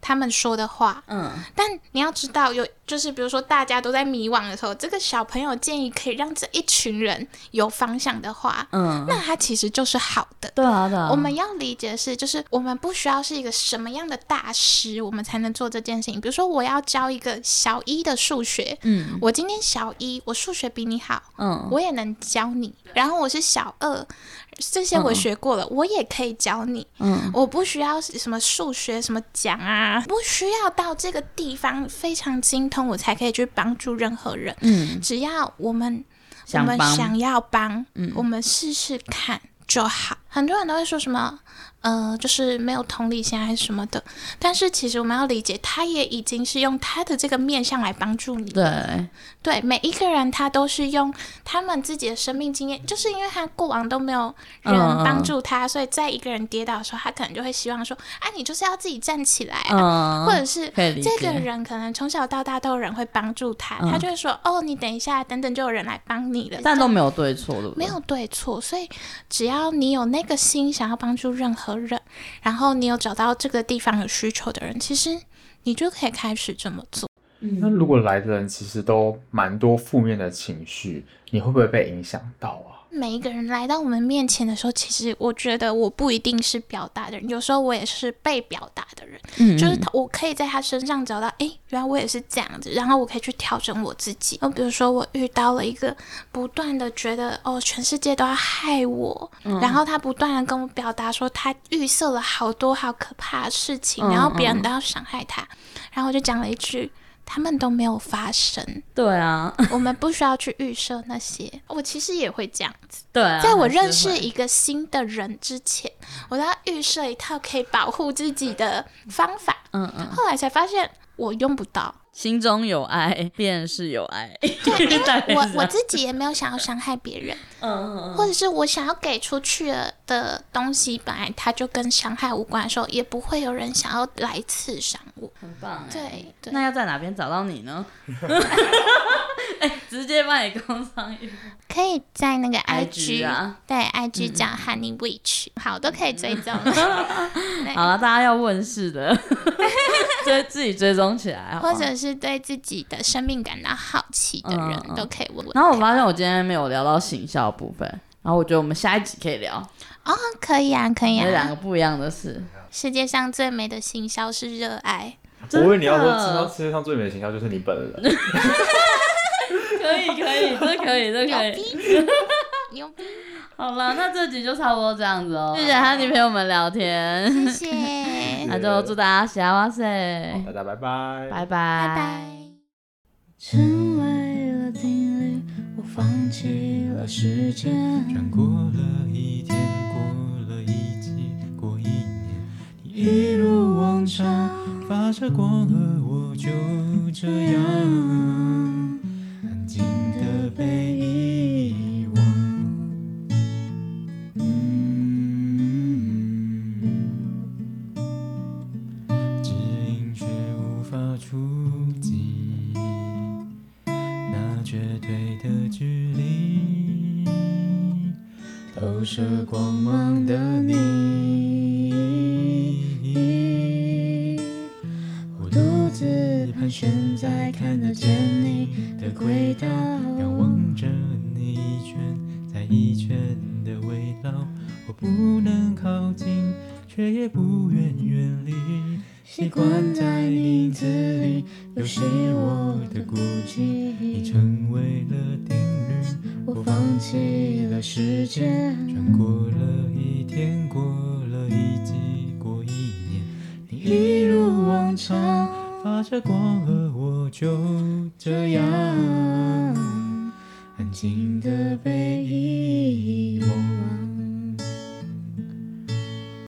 [SPEAKER 2] 他们说的话，
[SPEAKER 1] 嗯，
[SPEAKER 2] 但你要知道，有就是比如说大家都在迷惘的时候，这个小朋友建议可以让这一群人有方向的话，
[SPEAKER 1] 嗯
[SPEAKER 2] 那他其实就是好的。
[SPEAKER 1] 对啊对啊，
[SPEAKER 2] 我们要理解的是，就是我们不需要是一个什么样的大师，我们才能做这件事情。比如说，我要教一个小一的数学，
[SPEAKER 1] 嗯
[SPEAKER 2] 我今天小一，我数学比你好，
[SPEAKER 1] 嗯
[SPEAKER 2] 我也能教你。然后我是小二，这些我
[SPEAKER 1] 嗯
[SPEAKER 2] 学过了，我也可以教你。
[SPEAKER 1] 嗯
[SPEAKER 2] 我不需要什么数学什么奖啊，不需要到这个地方非常精通，我才可以去帮助任何人。
[SPEAKER 1] 嗯，
[SPEAKER 2] 只要我们我
[SPEAKER 1] 想
[SPEAKER 2] 们
[SPEAKER 1] 帮
[SPEAKER 2] 想要帮，
[SPEAKER 1] 嗯
[SPEAKER 2] 我们试试看就好。很多人都会说什么，呃，就是没有同理心还是什么的，但是其实我们要理解，他也已经是用他的这个面向来帮助你。
[SPEAKER 1] 对，
[SPEAKER 2] 对，每一个人他都是用他们自己的生命经验，就是因为他过往都没有人
[SPEAKER 1] 嗯嗯
[SPEAKER 2] 帮助他，所以在一个人跌倒的时候，他可能就会希望说：“啊，你就是要自己站起来
[SPEAKER 1] 嗯，
[SPEAKER 2] 啊、或者是
[SPEAKER 1] 可以理解
[SPEAKER 2] 这个人可能从小到大都有人会帮助他，
[SPEAKER 1] 嗯
[SPEAKER 2] 他就会说：“哦，你等一下，等等就有人来帮你了。”
[SPEAKER 1] 但都没有对错，对不
[SPEAKER 2] 没
[SPEAKER 1] 对？
[SPEAKER 2] 有对错，所以只要你有那个心想要帮助任何人，然后你有找到这个地方有需求的人，其实你就可以开始这么做。
[SPEAKER 3] 那
[SPEAKER 1] 嗯，
[SPEAKER 3] 如果来的人其实都蛮多负面的情绪，你会不会被影响到啊？
[SPEAKER 2] 每一个人来到我们面前的时候，其实我觉得我不一定是表达的人，有时候我也是被表达的人，
[SPEAKER 1] 嗯
[SPEAKER 2] 就是他我可以在他身上找到，诶，原来我也是这样子，然后我可以去调整我自己。哦那比如说我遇到了一个不断的觉得哦，全世界都要害我，
[SPEAKER 1] 嗯
[SPEAKER 2] 然后他不断的跟我表达说他预设了好多好可怕的事情，
[SPEAKER 1] 嗯
[SPEAKER 2] 然后别人都要伤害他，然后我就讲了一句。他们都没有发生，
[SPEAKER 1] 对啊，
[SPEAKER 2] 我们不需要去预设那些。哦我其实也会这样子，
[SPEAKER 1] 对啊，
[SPEAKER 2] 在我
[SPEAKER 1] 还是
[SPEAKER 2] 认识
[SPEAKER 1] 会
[SPEAKER 2] 一个新的人之前，我都要预设一套可以保护自己的方法。
[SPEAKER 1] 嗯嗯，
[SPEAKER 2] 后来才发现我用不到，
[SPEAKER 1] 心中有爱便是有爱，大 概是这
[SPEAKER 2] 我我
[SPEAKER 1] 样
[SPEAKER 2] 自己也没有想要伤害别人，
[SPEAKER 1] 嗯嗯
[SPEAKER 2] 或者是我想要给出去了的东西，本来它就跟伤害无关的时候，也不会有人想要来刺伤我。
[SPEAKER 1] 嗯，很棒哎，
[SPEAKER 2] 对对，
[SPEAKER 1] 那要在哪边找到你 呢？哎，直接帮你工商一
[SPEAKER 2] 可以在那个
[SPEAKER 1] IG
[SPEAKER 2] IG
[SPEAKER 1] 啊
[SPEAKER 2] 对 IG 叫 Honey Witch，、好都可以追 踪。
[SPEAKER 1] 好了，大家要问世的， 追自己追踪起来，好不好
[SPEAKER 2] 或者是对自己的生命感到好奇的人
[SPEAKER 1] 嗯，嗯
[SPEAKER 2] 都可以问我。
[SPEAKER 1] 然后我发现我今天没有聊到行销部分，然后我觉得我们下一集可以聊，
[SPEAKER 2] 哦，可以啊，可以
[SPEAKER 1] 有两
[SPEAKER 2] 啊。
[SPEAKER 1] 个不一样的事。
[SPEAKER 2] 世界上最美的行销是热爱。
[SPEAKER 3] 我
[SPEAKER 1] 真的
[SPEAKER 3] 以为你要说，知道世界上最美的形象就是你本 人。
[SPEAKER 1] 可以可以，这可以这可
[SPEAKER 2] 牛
[SPEAKER 1] 以。
[SPEAKER 2] 逼， 牛逼！
[SPEAKER 1] 好了，那这集就差不多这样子哦。谢谢哈尼陪我们聊天，
[SPEAKER 2] 谢谢，
[SPEAKER 1] 哎那就祝大家喜欢哇塞，
[SPEAKER 3] 大家拜拜，
[SPEAKER 1] 拜拜
[SPEAKER 2] 拜
[SPEAKER 1] 拜
[SPEAKER 2] 拜。
[SPEAKER 4] 成为了定律，我放弃了时间。
[SPEAKER 5] 转过了一天，过了一季，过一年，你一如往常发着光，而我就这样安静的被遗忘。嗯，只因却无法触及那绝对的距离，投射光芒的你，我独自盘旋在看得见你的轨道，仰望着你一圈再一圈的围绕，我不能靠近，却也不愿远离，习惯在影子里游戏我的孤寂，你成为了定律。
[SPEAKER 4] 我放弃了时间。
[SPEAKER 5] 转过了一天，过了一季，过一年，你一如往常发着光，而我就这样安静的被遗